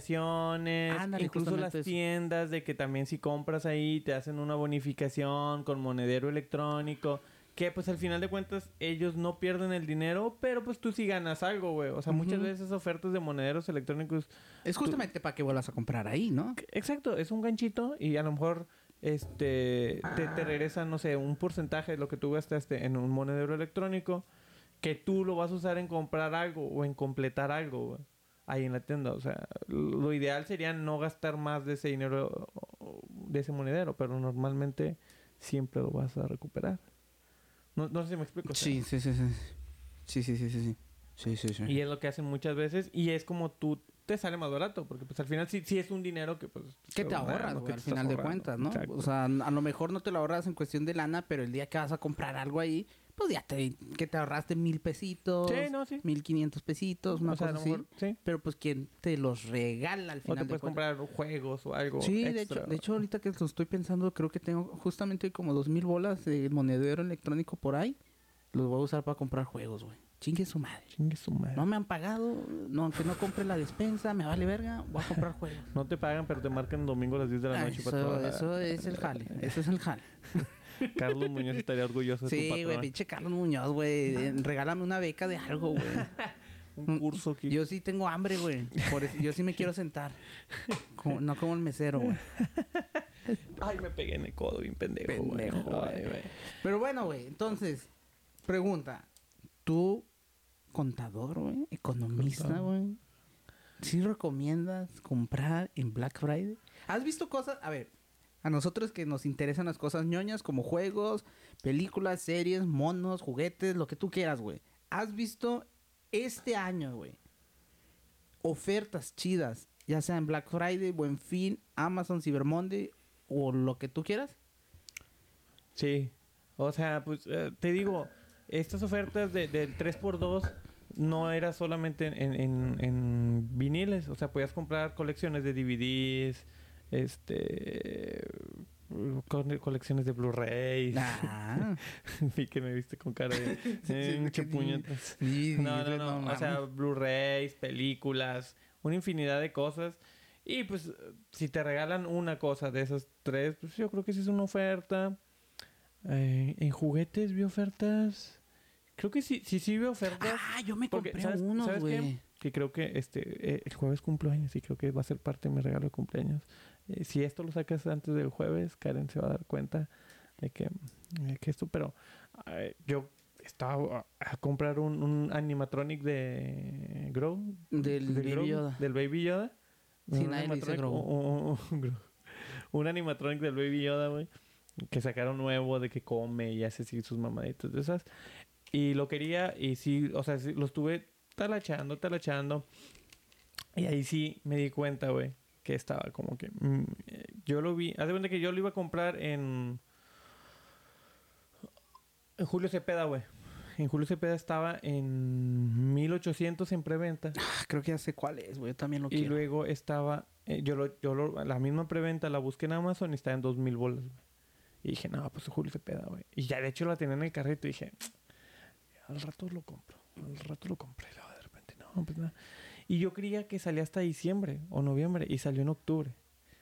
bonificaciones,
Ándale,
incluso
justamente
las
eso.
tiendas de que también si compras ahí te hacen una bonificación con monedero electrónico, que pues al final de cuentas ellos no pierden el dinero, pero pues tú sí ganas algo, güey. O sea, muchas
Ujú.
veces esas ofertas de monederos electrónicos
Es justamente para que vuelvas a comprar ahí, ¿no?
Exacto, es un ganchito y a lo mejor este te, te regresa, no sé, un porcentaje de lo que tú gastaste en un monedero electrónico que tú lo vas a usar en comprar algo o en completar algo güey, ahí en la tienda. O sea, lo ideal sería no gastar más de ese dinero, o- o de ese monedero, pero normalmente siempre lo vas a recuperar. No, no sé si me explico. o sea,
Sí, sí, sí, sí. Sí, sí, sí, sí, sí. Sí, sí, sí.
y es lo que hacen muchas veces y es como tú te sale más barato porque pues al final sí, sí es un dinero que pues...
que te ahorras,
lo
güey,
que
al
te estás
final de
ahorrando.
cuentas, ¿no?
Exacto.
O sea, a lo mejor no te lo ahorras en cuestión de lana, pero el día que vas a comprar algo ahí, pues ya te, que te ahorraste mil pesitos,
Sí, no, sí.
mil quinientos pesitos, una
o sea, a
cosa
lo
así.
mejor, sí.
Pero pues quien te los regala al
O
final
te
de
puedes
cuentas.
comprar juegos o algo.
Sí, de
extra.
hecho, de hecho ahorita que lo estoy pensando, creo que tengo justamente como dos mil bolas de monedero electrónico por ahí. Los voy a usar para comprar juegos, güey. Chingue su madre.
Chingue su madre.
No
No,
me han pagado, no, aunque no compre la despensa, me vale verga, voy a comprar juegos.
te pagan, pero te marcan domingo a las 10 de la
Ah,
noche para
eso,
trabajar.
eso es el jale, eso es el jale.
Carlos Muñoz estaría orgulloso de tu
Sí, güey,
patrón.
pinche Carlos Muñoz, güey, eh, regálame una beca de algo, güey.
Un curso que...
Yo sí tengo hambre, güey, por eso- yo sí me quiero sentar, Como- no como el mesero, güey.
Ay, me pegué en el codo, bien pendejo, güey.
Pendejo,
Ay,
güey.
güey.
Pero bueno, güey, entonces, pregunta, tú, contador, güey, economista,
Contador.
güey, ¿sí recomiendas comprar en Black Friday? ¿Has visto cosas, a ver, a nosotros que nos interesan las cosas ñoñas como juegos, películas, series, monos, juguetes, lo que tú quieras, güey? ¿Has visto este año, güey, ofertas chidas, ya sea en Black Friday, Buen Fin, Amazon, Cyber Monday o lo que tú quieras?
Sí. O sea, pues eh, te digo, estas ofertas de, del 3x2 no era solamente en, en- en viniles. O sea, podías comprar colecciones de DVDs, este. cole- colecciones de Blu-rays.
Ah.
Vi que me viste con cara de.
Sí,
"Eh,
que
qué
di-
puñetas.
di-
No,
dile,
no, no. O
mames.
sea, Blu-rays, películas, una infinidad de cosas. Y pues, eh, si te regalan una cosa de esas tres, pues yo creo que sí es una oferta. Eh, en juguetes vi ofertas. Creo que sí, sí, sí vi ofertas.
ah, yo me
porque,
compré
¿sabes-
unos,
sabes qué?
güey.
Que creo que este eh, el jueves cumpleaños y creo que va a ser parte de mi regalo de cumpleaños. Eh, si esto lo sacas antes del jueves, Karen se va a dar cuenta de que, de que esto, pero eh, yo estaba a, a comprar un, un animatronic de Grow.
Del
de
Baby
Grogu,
Yoda.
Del Baby Yoda.
Sí, nadie le dice
animatronic- Oh,
Grogu.
un- un- un Grogu. un animatronic del Baby Yoda, güey. Que sacaron nuevo de que come y hace así sus mamaditas de esas. Y lo quería y sí, o sea, sí, lo estuve talachando, talachando. Y ahí sí me di cuenta, güey, que estaba como que... mm, eh, yo lo vi... Haz de cuenta que yo lo iba a comprar en... En Julio Cepeda, güey. En Julio Cepeda estaba en 1800 en preventa.
Ah, creo que ya sé cuál es, güey. Yo también lo
Y
quiero.
luego estaba, eh, yo, lo, yo lo- la misma preventa la busqué en Amazon y estaba en 2000 bolas, güey. Y dije, no, pues Julio Cepeda, güey. Y ya de hecho la tenía en el carrito y dije, al rato lo compro, al rato lo compré. Y luego de repente, no, pues nada. Y yo creía que salía hasta diciembre o noviembre y salió en octubre.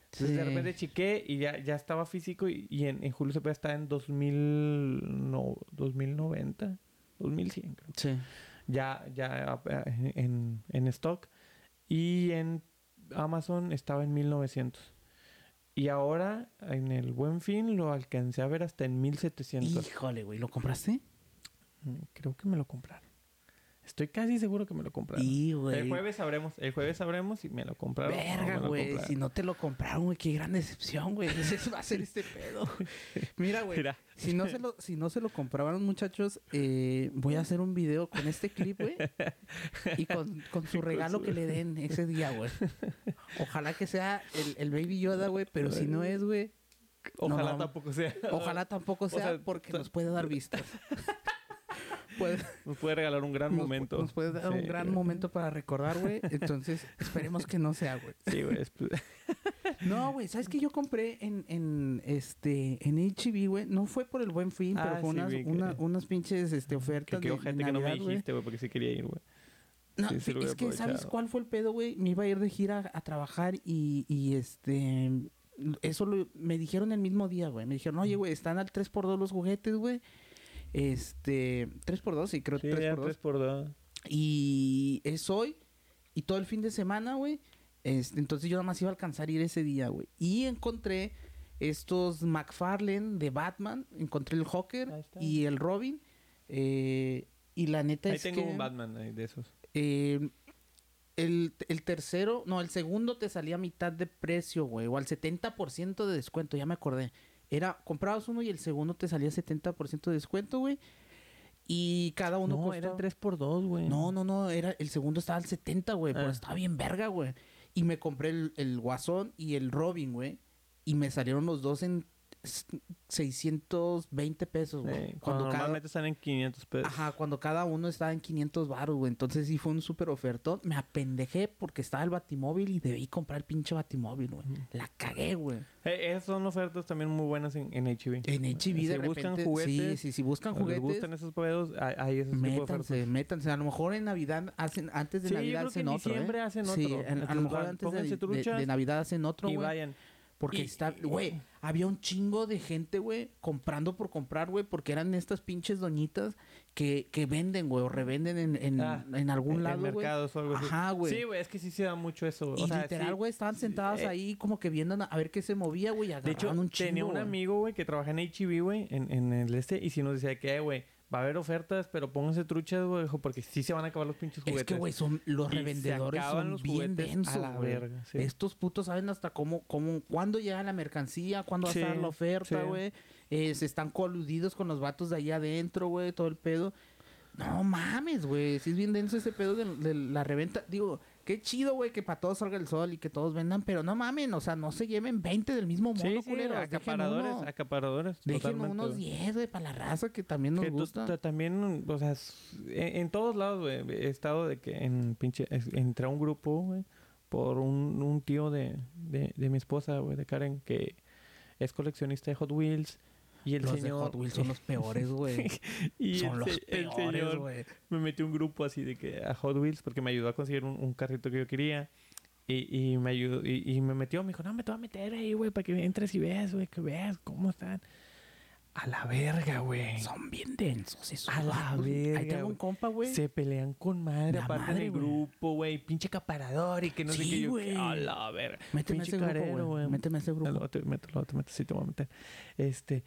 Entonces de
Sí.
repente chiqué y ya, ya estaba físico y, y en, en Julio Cepeda estaba en 2000, no, 2090, 2100 creo
Sí.
ya, ya eh, en, en stock. Y en Amazon estaba en 1900. Y ahora en el Buen Fin lo alcancé a ver hasta en 1700.
Híjole, güey. ¿Lo compraste?
Mm, Creo que me lo compraron. Estoy casi seguro que me lo compraron.
Y, güey.
El jueves sabremos, el jueves sabremos si me lo compraron. o no
Verga,
me lo
güey.
compraron.
Si no te lo compraron, güey, qué gran decepción, güey. Ese va a ser este pedo. Mira, güey.
Mira.
Si no se lo, si no se lo compraban, muchachos, eh, voy a hacer un video con este clip, güey. Y con, con su regalo que le den ese día, güey. Ojalá que sea el, el Baby Yoda, güey. Pero si no es, güey,
Ojalá
no.
tampoco sea.
ojalá tampoco sea
sea,
porque
ta-
nos puede dar vistas. Puede-
Nos puede regalar un gran
nos-
momento.
Nos puede dar un
Sí,
gran
güey.
momento para recordar, güey. Entonces, esperemos que no sea, güey.
Sí, güey. es-
No, güey, ¿sabes qué yo compré en, en este en HB, güey? No fue por el buen fin,
Ah,
pero fue
sí,
unas,
vi que-
una- unas pinches este,
Que
ofertas
qué
de,
ojete
de
que no me
Navidad, güey.
dijiste, güey, porque sí quería ir, güey.
No,
Sí, sí lo
es
hubiera
que ¿sabes
aprovechado.
cuál fue el pedo, güey? Me iba a ir de gira a trabajar y, y este eso lo, me dijeron el mismo día, güey. Me dijeron, "Oye, güey, están al 3x2 los juguetes, güey." Este, 3x2, sí, creo
Sí,
3x2.
ya 3 por 2.
Y es hoy y todo el fin de semana, güey. Este, entonces yo nada más iba a alcanzar a ir ese día, güey. Y encontré estos McFarlane de Batman. Encontré el
Ahí
Joker
está.
y el Robin. eh, y la neta
Ahí
es
tengo
que
un Batman ahí de esos.
eh, el, el tercero, no, el segundo te salía a mitad de precio, güey. O al 70% de descuento, ya me acordé. Era, comprabas uno y el segundo te salía 70% de descuento, güey. Y cada uno
no, era
costaba-
3 por 2, güey.
no, no, no, era, el segundo estaba al 70, güey, pero
Ah.
estaba bien verga, güey. Y me compré el, el Guasón y el Robin, güey. Y me salieron los dos en s- 620 pesos,
Sí,
güey.
cuando,
cuando cada,
normalmente están en 500 pesos.
ajá, cuando cada uno estaba en 500 baros, güey. Entonces sí fue un súper ofertón. Me apendejé porque estaba el Batimóvil y debí comprar el pinche Batimóvil, güey.
Ujú.
La cagué, güey.
Eh, esas son ofertas también muy buenas en, en HB.
En HB
Si
de
buscan
repente-
juguetes,
Sí, sí, si buscan
o les
juguetes,
gustan esos pedos, hay, hay esos tipo de ofertas.
Métanse, métanse. A lo mejor en Navidad hacen, antes de
Sí, yo
Navidad
creo que
hacen
en
otro. ¿eh?
diciembre hacen
Sí,
otro.
en- a lo
Entonces,
mejor
van-
antes de,
pónganse
de-
truchas
de Navidad hacen otro,
Y
güey.
vayan.
Porque
y-
está,
y-
güey, había un chingo de gente, güey, comprando por comprar, güey, porque eran estas pinches doñitas que, que venden, güey, o revenden en, en,
Ah,
en algún
en- en
lado, güey.
mercados o algo así.
Ajá, güey.
Sí, güey, es que sí se da mucho eso.
Y
o sea, sí.
literal, güey, estaban
sí,
sentadas
eh.
ahí como que viendo a ver qué se movía, güey, y
De hecho,
agarraban un chingo.
tenía un
güey.
amigo, güey, que trabaja en HB, güey, en, en el este, y si nos decía que, eh, güey, va a haber ofertas, pero pónganse truchas, güey, dijo, porque sí se van a acabar los pinches juguetes.
Es que, güey, son los
Y se
revendedores
acaban
son
los
bien
juguetes a
densos,
la
güey.
verga, sí.
Estos putos saben hasta cómo, cómo, cuándo llega la mercancía, cuándo va
Sí,
a estar la oferta,
sí.
güey. Eh, se están coludidos con los vatos de allá adentro, güey, todo el pedo. No mames, güey. Sí es bien denso ese pedo de, de la reventa. Digo, qué chido, güey, que para todos salga el sol y que todos vendan, pero no mamen, o sea, no se lleven 20 del mismo mono,
Sí, sí,
culeros. Dejen
acaparadores,
uno-
acaparadores.
Dejen
totalmente,
unos
güey.
10, güey, para la raza que también nos
Que tú
gusta.
ta- también, o sea, s- e, en, en todos lados, güey, he estado de que en pinche, es- entré a un grupo, güey, por un, un tío de, de, de mi esposa, güey, de Karen, que es coleccionista de Hot Wheels. Y el
los
señor...
de Hot Wheels son los peores, güey.
y
son
el,
los
se- el
peores,
señor
güey.
me metió un grupo así de que a Hot Wheels porque me ayudó a conseguir un, un carrito que yo quería. Y, y me ayudó, y, y me metió, me dijo, no, me te voy a meter ahí, güey, para que entres y veas, güey, que veas cómo están. A la verga, güey.
Son bien densos esos.
A la
vatos. Ahí
verga,
tengo un
güey.
compa, güey.
Se pelean con madre,
La
aparte
madre,
del
güey.
grupo, güey. Pinche acaparador y que no
Sí,
sé qué. Yo,
güey.
que, a la verga.
Méteme a
pinche
ese grupo,
carero,
güey.
güey.
Méteme a ese
Luego
grupo.
te meto, luego te meto, sí te voy a meter. Este,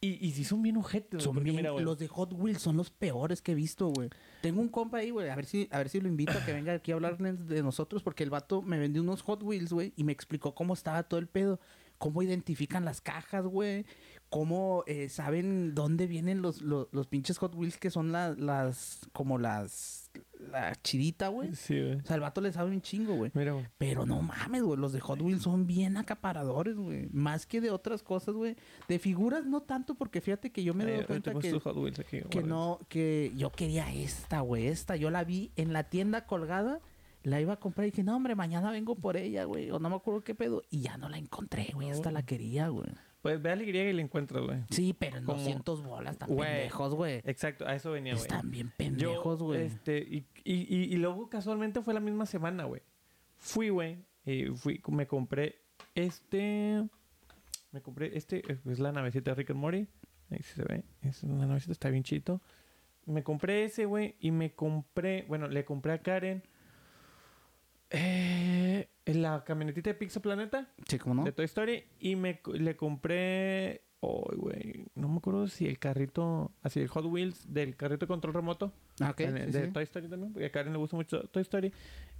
y, y sí son bien ojetes,
Son bien, los de Hot Wheels son los peores que he visto, güey. Tengo un compa ahí, güey. A ver si, a ver si lo invito a que venga aquí a hablar de nosotros, porque el vato me vendió unos Hot Wheels, güey, y me explicó cómo estaba todo el pedo. Cómo identifican las cajas, güey. Cómo eh, saben dónde vienen los, los, los pinches Hot Wheels que son las, las, como las, la chidita, güey.
Sí, güey.
O sea, el vato le sabe un chingo, güey.
Mira, güey.
Pero no mames, güey. Los de Hot Wheels son bien acaparadores, güey. Más que de otras cosas, güey. De figuras no tanto, porque fíjate que yo me
Ahí,
doy
güey,
cuenta
tenemos
que,
tus Hot Wheels aquí,
que
guarda.
no, que yo quería esta, güey. Esta. Yo la vi en la tienda colgada. La iba a comprar y dije, no, hombre, mañana vengo por ella, güey. O no me acuerdo qué pedo. Y ya no la encontré, güey. Esta la quería, güey.
Pues ve a la Y y la encuentras, güey.
Sí, pero en
Como-
200 bolas. Están
Güey.
pendejos, güey.
Exacto, a eso venía, güey.
Están bien
Yo,
pendejos, güey.
Este, y, y, y, y luego casualmente fue la misma semana, güey. Fui, güey. Y fui, me compré este. Me compré este. Es la navecita de Rick and Morty. Ahí sí se ve. Es una navecita, está bien chito. Me compré ese, güey. Y me compré. Bueno, le compré a Karen. eh, la camionetita de Pizza Planeta
Sí, ¿cómo no?
de Toy Story. Y me co- le compré Ay, güey. No me acuerdo si el carrito, así el Hot Wheels del carrito de control remoto.
Ah, ok,
en el-
sí,
de
sí.
Toy Story también, porque a Karen le gusta mucho Toy Story.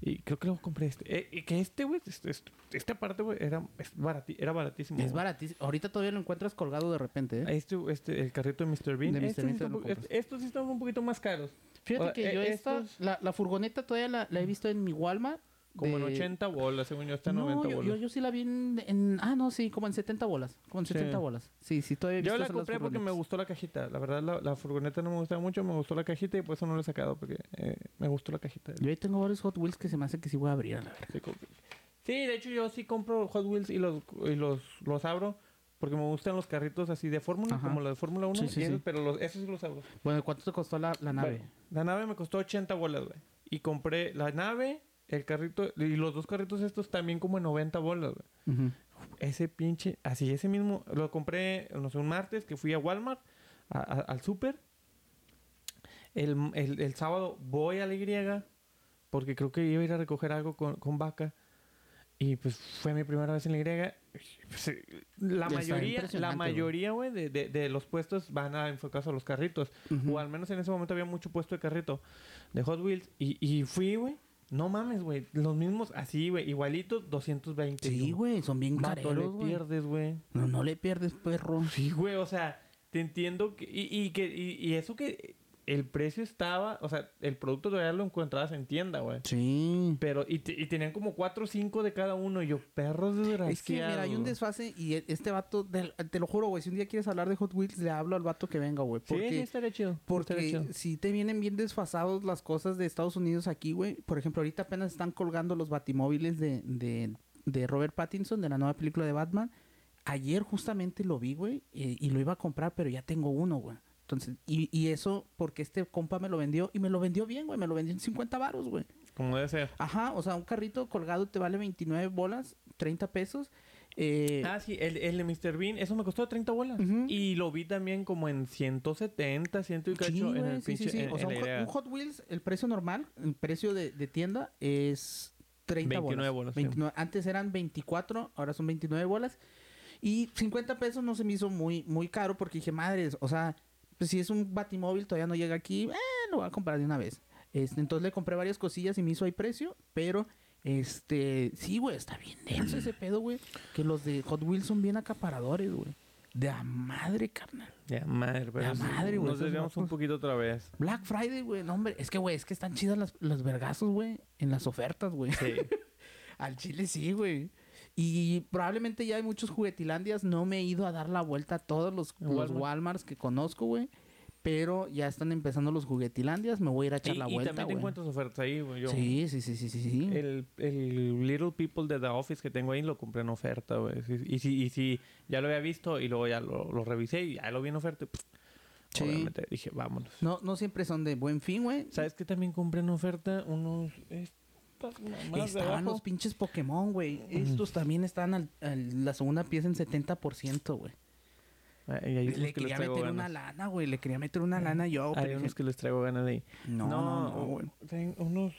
Y creo que luego compré este. Eh, y que este, güey, este- este- esta parte, güey, era, es barati- era baratísimo.
Es
güey.
baratísimo. Ahorita todavía lo encuentras colgado de repente, ¿eh?
Este, este, el carrito de Mr. Bean.
De Mr.
Estos
Bean
sí
te
están
lo
un po-
compras.
estos sí están un poquito más caros.
Fíjate
Ahora,
que yo
eh,
e, esta,
estos-
la, la furgoneta todavía la, la he visto en mi Walmart.
Como en
de-
80 bolas, según yo, está en
No,
90
yo,
bolas.
yo, yo sí la vi en, en- Ah, no, sí, como en 70 bolas. Como en
Sí.
70 bolas. Sí, sí, todavía he
Yo
visto
la
esas las
compré porque me
furgonetas.
gustó la cajita. La verdad, la, la furgoneta no me gustaba mucho. Me gustó la cajita y por eso no la he sacado. Porque eh, me gustó la cajita.
Yo ahí tengo varios Hot Wheels que se me hace que sí voy a abrir, la verdad.
Sí, com- Sí, de hecho yo sí compro Hot Wheels y los, y los, los abro. Porque me gustan los carritos así de Fórmula,
Ajá.
como los de Fórmula 1.
Sí, sí,
y esos-
sí.
Pero los, esos sí los abro.
Bueno, ¿cuánto te costó la, la nave?
Bueno, la nave me costó 80 bolas, güey. Y compré la nave, el carrito y los dos carritos estos también como en 90 bolas, güey.
Ujú.
Ese pinche, así, ese mismo, lo compré, no sé, un martes que fui a Walmart, a- a- al súper. El, el- el sábado voy a la Y, porque creo que iba a ir a recoger algo con, con vaca. Y pues fue mi primera vez en la Y. Pues, eh, la
Está
mayoría, la
impresionante,
mayoría, güey, de, de- de los puestos van a enfocarse a los carritos.
Ujú.
O al menos en ese momento había mucho puesto de carrito de Hot Wheels. Y, y fui, güey. No mames, güey. Los mismos, así, güey. Igualitos, 220.
Sí,
Digo,
güey, son bien
Vato, le
caros, güey.
pierdes, güey.
No, no le pierdes, perro.
Sí, güey, o sea, te entiendo que, y, y que y, y eso que el precio estaba, o sea, el producto todavía lo encontrabas en tienda, güey.
Sí.
Pero, y, te- y tenían como cuatro o cinco de cada uno. Y yo, perros desgraciados.
Es que, mira, hay un desfase y e- este vato, del- te lo juro, güey, si un día quieres hablar de Hot Wheels, le hablo al vato que venga, güey.
Sí, sí,
Porque,
estaría chido. estaría
porque
chido.
si te vienen bien desfasados las cosas de Estados Unidos aquí, güey. Por ejemplo, ahorita apenas están colgando los batimóviles de, de, de Robert Pattinson, de la nueva película de Batman. Ayer justamente lo vi, güey, eh, y, y lo iba a comprar, pero ya tengo uno, güey. Entonces, y, y eso porque este compa me lo vendió, y me lo vendió bien, güey, me lo vendió en 50 varos, güey.
Como debe ser.
Ajá, o sea, un carrito colgado te vale 29 bolas, 30 pesos. Eh,
Ah, sí, el, el de Mr. Bean, eso me costó 30 bolas.
Ujú.
Y lo vi también como en 170, 100 y cacho
sí,
en
güey,
el
sí, sí,
pinche.
sí.
en-
O
en
sea, un
la
Hot,
idea.
un Hot Wheels, el precio normal, el precio de, de tienda es 30
29
bolas.
bolas, sí.
29. Antes eran 24, ahora son 29 bolas. Y 50 pesos no se me hizo muy, muy caro porque dije, madres, o sea, pues si es un batimóvil todavía no llega aquí, eh, lo voy a comprar de una vez. Este, entonces le compré varias cosillas y me hizo ahí precio, pero este, sí, güey, está bien denso ese pedo, güey. Que los de Hot Wheels son bien acaparadores, güey. De a madre, carnal.
Ya, madre, pero
Ya,
sí,
madre, güey,
Nos
esos
desviamos un
vatos.
poquito otra vez.
Black Friday, güey, no, hombre. Es que, güey, es que están chidas las, las vergazos, güey, en las ofertas, güey.
Sí.
Al chile sí, güey. Y probablemente ya hay muchos juguetilandias. No me he ido a dar la vuelta a todos los,
En
los
Walmart.
Walmarts que conozco, güey. Pero ya están empezando los juguetilandias. Me voy a ir a
y,
echar la
y
vuelta,
también te
güey.
encuentras ofertas ahí, güey. yo-
Sí, sí, sí, sí, sí, sí.
El, el Little People de The Office que tengo ahí lo compré en oferta, güey. Sí, Y si, y si ya lo había visto y luego ya lo, lo revisé y ya lo vi en oferta, pues,
Sí.
obviamente dije, vámonos.
No, no siempre son de buen fin, güey.
¿Sabes qué también compré en oferta? Unos... Estas mamadas de
Estaban
abajo. Mm.
los pinches Pokémon, güey. Estos también están al, al- la segunda pieza en 70%, güey.
Ah, y hay unos
Le
que les
quería
traigo
meter una
ganas.
lana, güey. Le quería meter una lana yo,
Hay
pero
unos
dije,
que les traigo ganas de ahí.
no, no, no,
u-
güey.
ten- unos...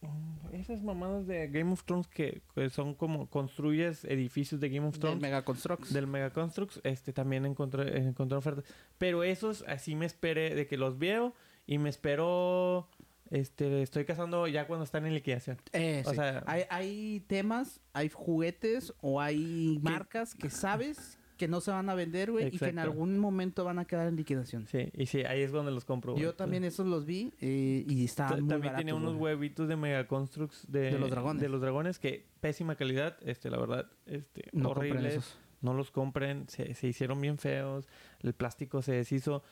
mm, Esas mamadas de Game of Thrones que, que son como construyes edificios de Game of
Del
Thrones.
Mega Constructs.
del Mega Constructs, este también encontré, encontré ofertas. Pero esos así me esperé de que los veo y me espero. Este, estoy cazando ya cuando están en liquidación.
Eh,
O
sí.
sea-
hay, hay temas, hay juguetes o hay marcas que sabes que no se van a vender, güey, y que en
Exacto.
algún momento van a quedar en liquidación.
Sí, y sí, ahí es donde los compro. güey.
Yo también esos los vi eh, y
Ta-
estaban muy
También
baratos,
tiene unos
güey.
huevitos de Mega Constructs de,
De los dragones.
de los dragones que pésima calidad, este, la verdad, este,
No compren
horribles.
esos.
No los compren, se, se hicieron bien feos, el plástico se deshizo.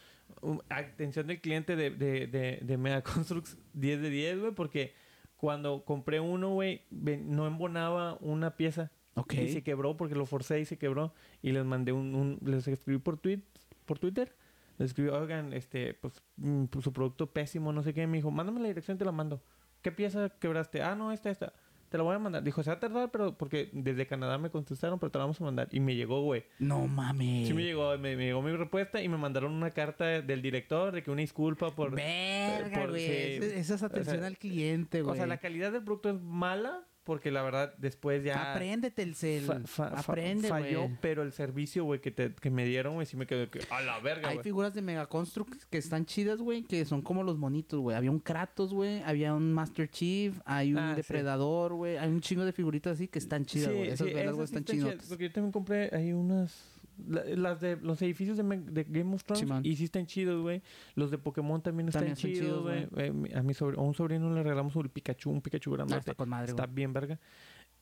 Um, atención del cliente de, de, de, de Mega Constructs 10 de 10, güey, porque cuando compré uno, güey, ve- no embonaba una pieza
Ok.
y se quebró porque lo forcé y se quebró. Y les mandé un, un- les escribí por, tweet, por Twitter. Les escribí, oigan, este, pues, mm, pues, su producto pésimo, no sé qué. Me dijo, mándame la dirección, te la mando. ¿Qué pieza quebraste? Ah, no, esta, esta. Te la voy a mandar. Dijo, se va a tardar, pero porque desde Canadá me contestaron, pero te la vamos a mandar. Y me llegó, güey.
No mames.
Sí me llegó, me, me llegó mi respuesta y me mandaron una carta de- del director de que una disculpa por...
Verga,
por-
güey.
sí.
Esa esa es atención
O sea,
al cliente, güey.
O sea, la calidad del producto es mala, Porque la verdad, después ya.
Apréndete el cel.
fa- fa- fa-
Aprende,
Falló,
güey.
pero el servicio, güey, que, te- que me dieron, güey, sí me quedó que, a la verga,
Hay
güey.
figuras de Megaconstruct que están chidas, güey, que son como los monitos, güey. Había un Kratos, güey, había un Master Chief, hay un
Ah, sí.
Depredador, güey. Hay un chingo de figuritas así que están chidas, güey. Esas velas,
esas
güey,
sí
están
están chidas,
chidotas.
Porque yo también compré ahí unas. la- Las de los edificios de, Meg- de Game of Thrones
Simón.
y sí están chidos, güey. Los de Pokémon también están
También están
chidos,
chidos,
güey. Eh, mi- A, mi sobr- a un sobrino le regalamos un Pikachu, un Pikachu grande.
Ah, está con madre,
Está
güey.
bien verga.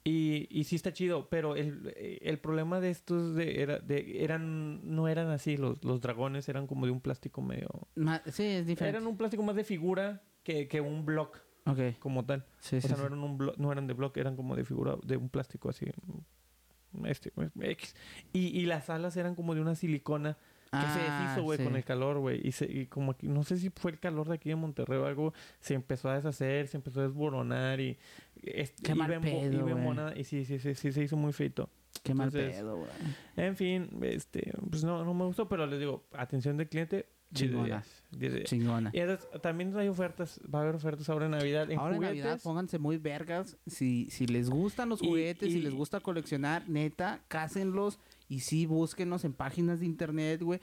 Y, y sí está chido, pero el, eh, el problema de estos de, era, de- eran no eran así, los, los dragones eran como de un plástico medio...
Ma- Sí, es diferente.
Eran un plástico más de figura que, que un block
Ok,
como tal.
sí,
O
sí.
sea,
sí.
no eran, un blo- no eran de block, eran como de figura, de un plástico así. Este, pues, X. Y, y las alas eran como de una silicona que se
Ah,
deshizo, güey,
sí.
con el calor, güey. Y, se- y como aquí, no sé si fue el calor de aquí de Monterrey o algo, se empezó a deshacer, se empezó a desboronar y. Este,
Qué
iba
mal
en bo-
pedo,
iba en
güey.
monada, y sí, sí, sí, sí, se hizo muy feito.
Qué mal
Entonces,
pedo, güey.
En fin, este, pues no, no me gustó, pero les digo, atención del cliente, 10 de
Chingona.
10, 10 de 10.
Chingona.
Y entonces, también hay ofertas, va a haber ofertas ahora en Navidad. En
Ahora en
juguetes,
Navidad pónganse muy vergas. Si, si les gustan los
Y-
juguetes, si
y-
les gusta coleccionar, neta, cásenlos y sí, búsquenlos en páginas de internet, güey.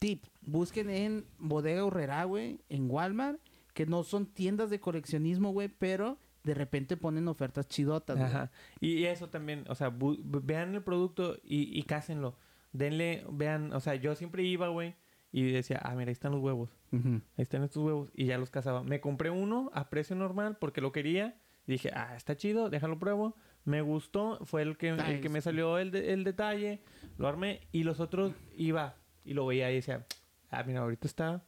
Tip, busquen en Bodega Urrera, güey, en Walmart, que no son tiendas de coleccionismo, güey, pero de repente ponen ofertas chidotas, güey.
Ajá. Y y eso también, o sea, bu- bu- vean el producto y, y cásenlo. Denle, vean, o sea, yo siempre iba, güey, y decía, ah, mira, ahí están los huevos,
Ujú.
ahí están estos huevos, y ya los cazaba. Me compré uno a precio normal porque lo quería, y dije, ah, está chido, déjalo pruebo. Me gustó, fue el que,
Ah,
el que
es-
me salió el, de- el detalle, lo armé, y los otros iba, y lo veía y decía, ah, mira, ahorita está,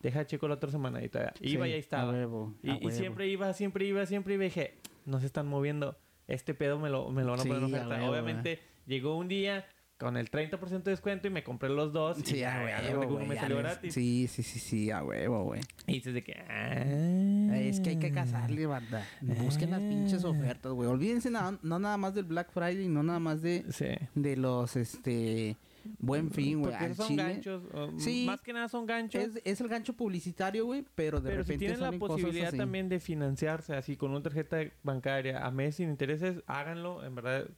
deja checo la otra semana, y todavía. Iba
Sí,
y
a
ahí estaba.
huevo,
Y,
a
y
Ah, huevo.
siempre iba, siempre iba, siempre iba. Y dije, no se están moviendo. Este pedo me lo, me lo van a
Sí,
poner en
a
oferta".
huevo,
Obviamente, llegó un día con el 30% de descuento y me compré los dos. y
Sí, a
ya,
huevo,
uno
güey,
me
ya
salió
les-
gratis.
Sí, sí, sí, sí, a huevo, güey.
Y dices de que...
Eh,
"Ah".
Es que hay que cazarle, banda. Busquen las pinches
Eh.
ofertas, güey. Olvídense na- no nada más del Black Friday, no nada más de,
Sí.
de los, este, buen fin, güey.
Porque
Al
son
chile,
ganchos. o,
Sí.
Más que nada son ganchos.
Es, es el gancho publicitario, güey, pero de
pero si
repente
tienen la
salen cosas
posibilidad
así.
también de financiarse así con una tarjeta bancaria a mes sin intereses, háganlo. En verdad,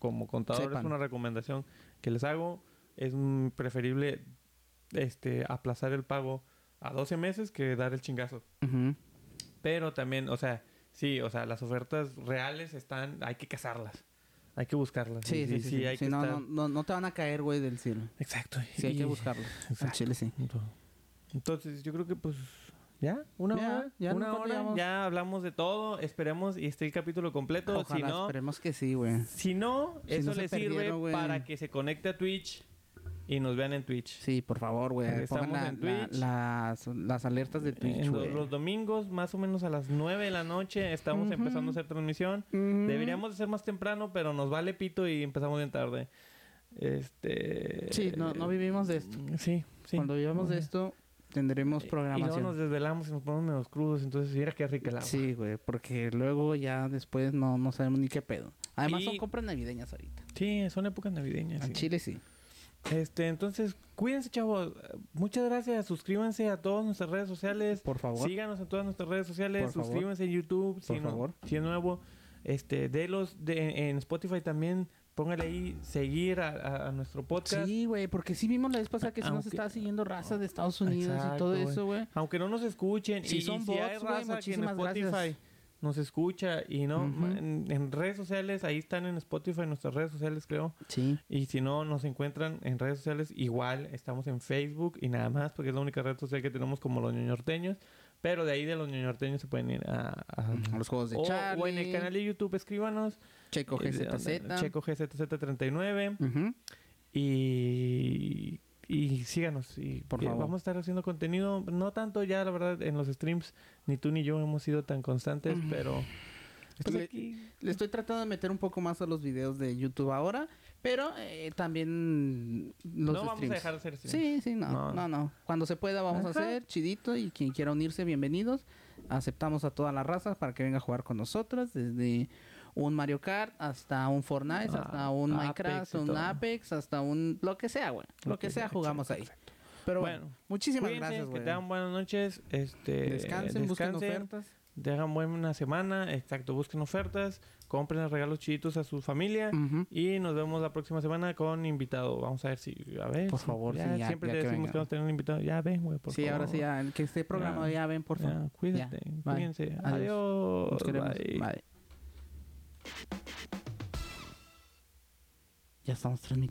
como contador es
Sepan.
una recomendación que les hago. Es mm, preferible este aplazar el pago a 12 meses que dar el chingazo.
Ujú.
Pero también, o sea, sí, o sea, las ofertas reales están, hay que cazarlas. Hay que buscarlas.
Sí,
Y-
sí,
y
sí. sí,
hay
Sí,
que
no,
estar-
no, no, no te van a caer, güey, del cielo.
Exacto.
Sí, hay
Y-
que Ah, buscarlo. Al
Exacto.
chile, sí.
Entonces, yo creo que pues ya, una
Ya,
hora,
ya
una
nunca
hora,
llegamos.
ya hablamos de todo, esperemos y esté el capítulo completo,
Ojalá,
si no,
esperemos que sí, güey.
si no,
Si
eso
no se
le sirve
perdieron, güey.
para que se conecte a Twitch y nos vean en Twitch.
Sí, por favor, güey.
Estamos
Pongan la-
en
la-
Twitch. Eh,
las, las alertas de Twitch,
En los,
güey.
los domingos, más o menos a las 9 de la noche, estamos
Ujú.
empezando a hacer transmisión.
Ujú.
Deberíamos de ser más temprano, pero nos vale pito y empezamos bien tarde. Este
Sí, no, no vivimos de esto.
Sí, sí.
Cuando vivamos de
Oye.
esto, tendremos
Y luego
programación.
nos "Ah, desvelamos y nos ponemos menos crudos, entonces mira qué rica la
Sí, güey, porque luego ya después no, no sabemos ni qué pedo. Además
Y-
son compras navideñas ahorita.
Sí, son épocas navideñas.
Al
sí.
Chile sí.
Este, entonces, cuídense, chavos. Muchas gracias. Suscríbanse a todas nuestras redes sociales.
Por favor.
Síganos en todas nuestras redes sociales.
Por favor.
Suscríbanse en YouTube. si
Por
no-
favor.
si es nuevo. Este, de los de, en Spotify también. Póngale ahí seguir a, a- a nuestro podcast.
Sí, güey, porque sí vimos la vez pasada que sí nos
Aunque-
estaba siguiendo raza de Estados Unidos y todo
Exacto,
eso, güey.
Aunque no nos escuchen.
Si
y,
son
y si
bots,
hay
güey,
raza que en
muchísimas
Spotify
gracias.
nos escucha y no,
Ujú.
en, en redes sociales, ahí están en Spotify, nuestras redes sociales, creo.
Sí.
Y si no, nos encuentran en redes sociales. Igual estamos en Facebook y nada más, porque es la única red social que tenemos como los ñoñorteños. Pero de ahí de los ñoñorteños se pueden ir a. a-
A los juegos de
o,
Charlie.
o en el canal de YouTube, escríbanos.
Checo
Eh,
GZZ.
Checo GZZ39.
Ujú.
Y. Y síganos. Y,
Por
eh,
favor.
Vamos a estar haciendo contenido. No tanto ya, la verdad, en los streams. Ni tú ni yo hemos sido tan constantes, pero. pues,
Le-
aquí-
Le estoy tratando de meter un poco más a los videos de YouTube ahora, pero eh, también los
no vamos a
streams.
dejar de hacer streams.
Sí, sí, no,
No.
no, no. Cuando se pueda vamos
Ajá.
a hacer, chidito, y quien quiera unirse, bienvenidos. Aceptamos a todas las razas para que venga a jugar con nosotras, desde un Mario Kart hasta un Fortnite,
Ah,
hasta un
Apex
Minecraft,
y
un
todo.
Apex, hasta un... lo que sea, güey. Lo, que, sea, jugamos ahí.
exacto.
Pero
Bueno,
bueno, muchísimas
Cuídense,
gracias,
que
güey.
tengan buenas noches. Este,
Descansen, busquen
descansen,
ofertas.
Dejan buena semana, exacto, busquen ofertas, compren regalos chiditos a su familia
Ujú.
y nos vemos la próxima semana con invitado. Vamos a ver si, a ver.
Por
si-
favor,
ya,
sí, ya-
siempre
ya
le
que
decimos que,
venga.
vamos a tener un invitado. Ya ven, güey, por
Sí, ahora sí,
favor.
ya, el que esté programado ya, ven, por favor.
Ya, cuídate,
bye.
cuídense. Adiós.
Adiós. Nos queremos.
bye.
Bye. Ya estamos transmitiendo.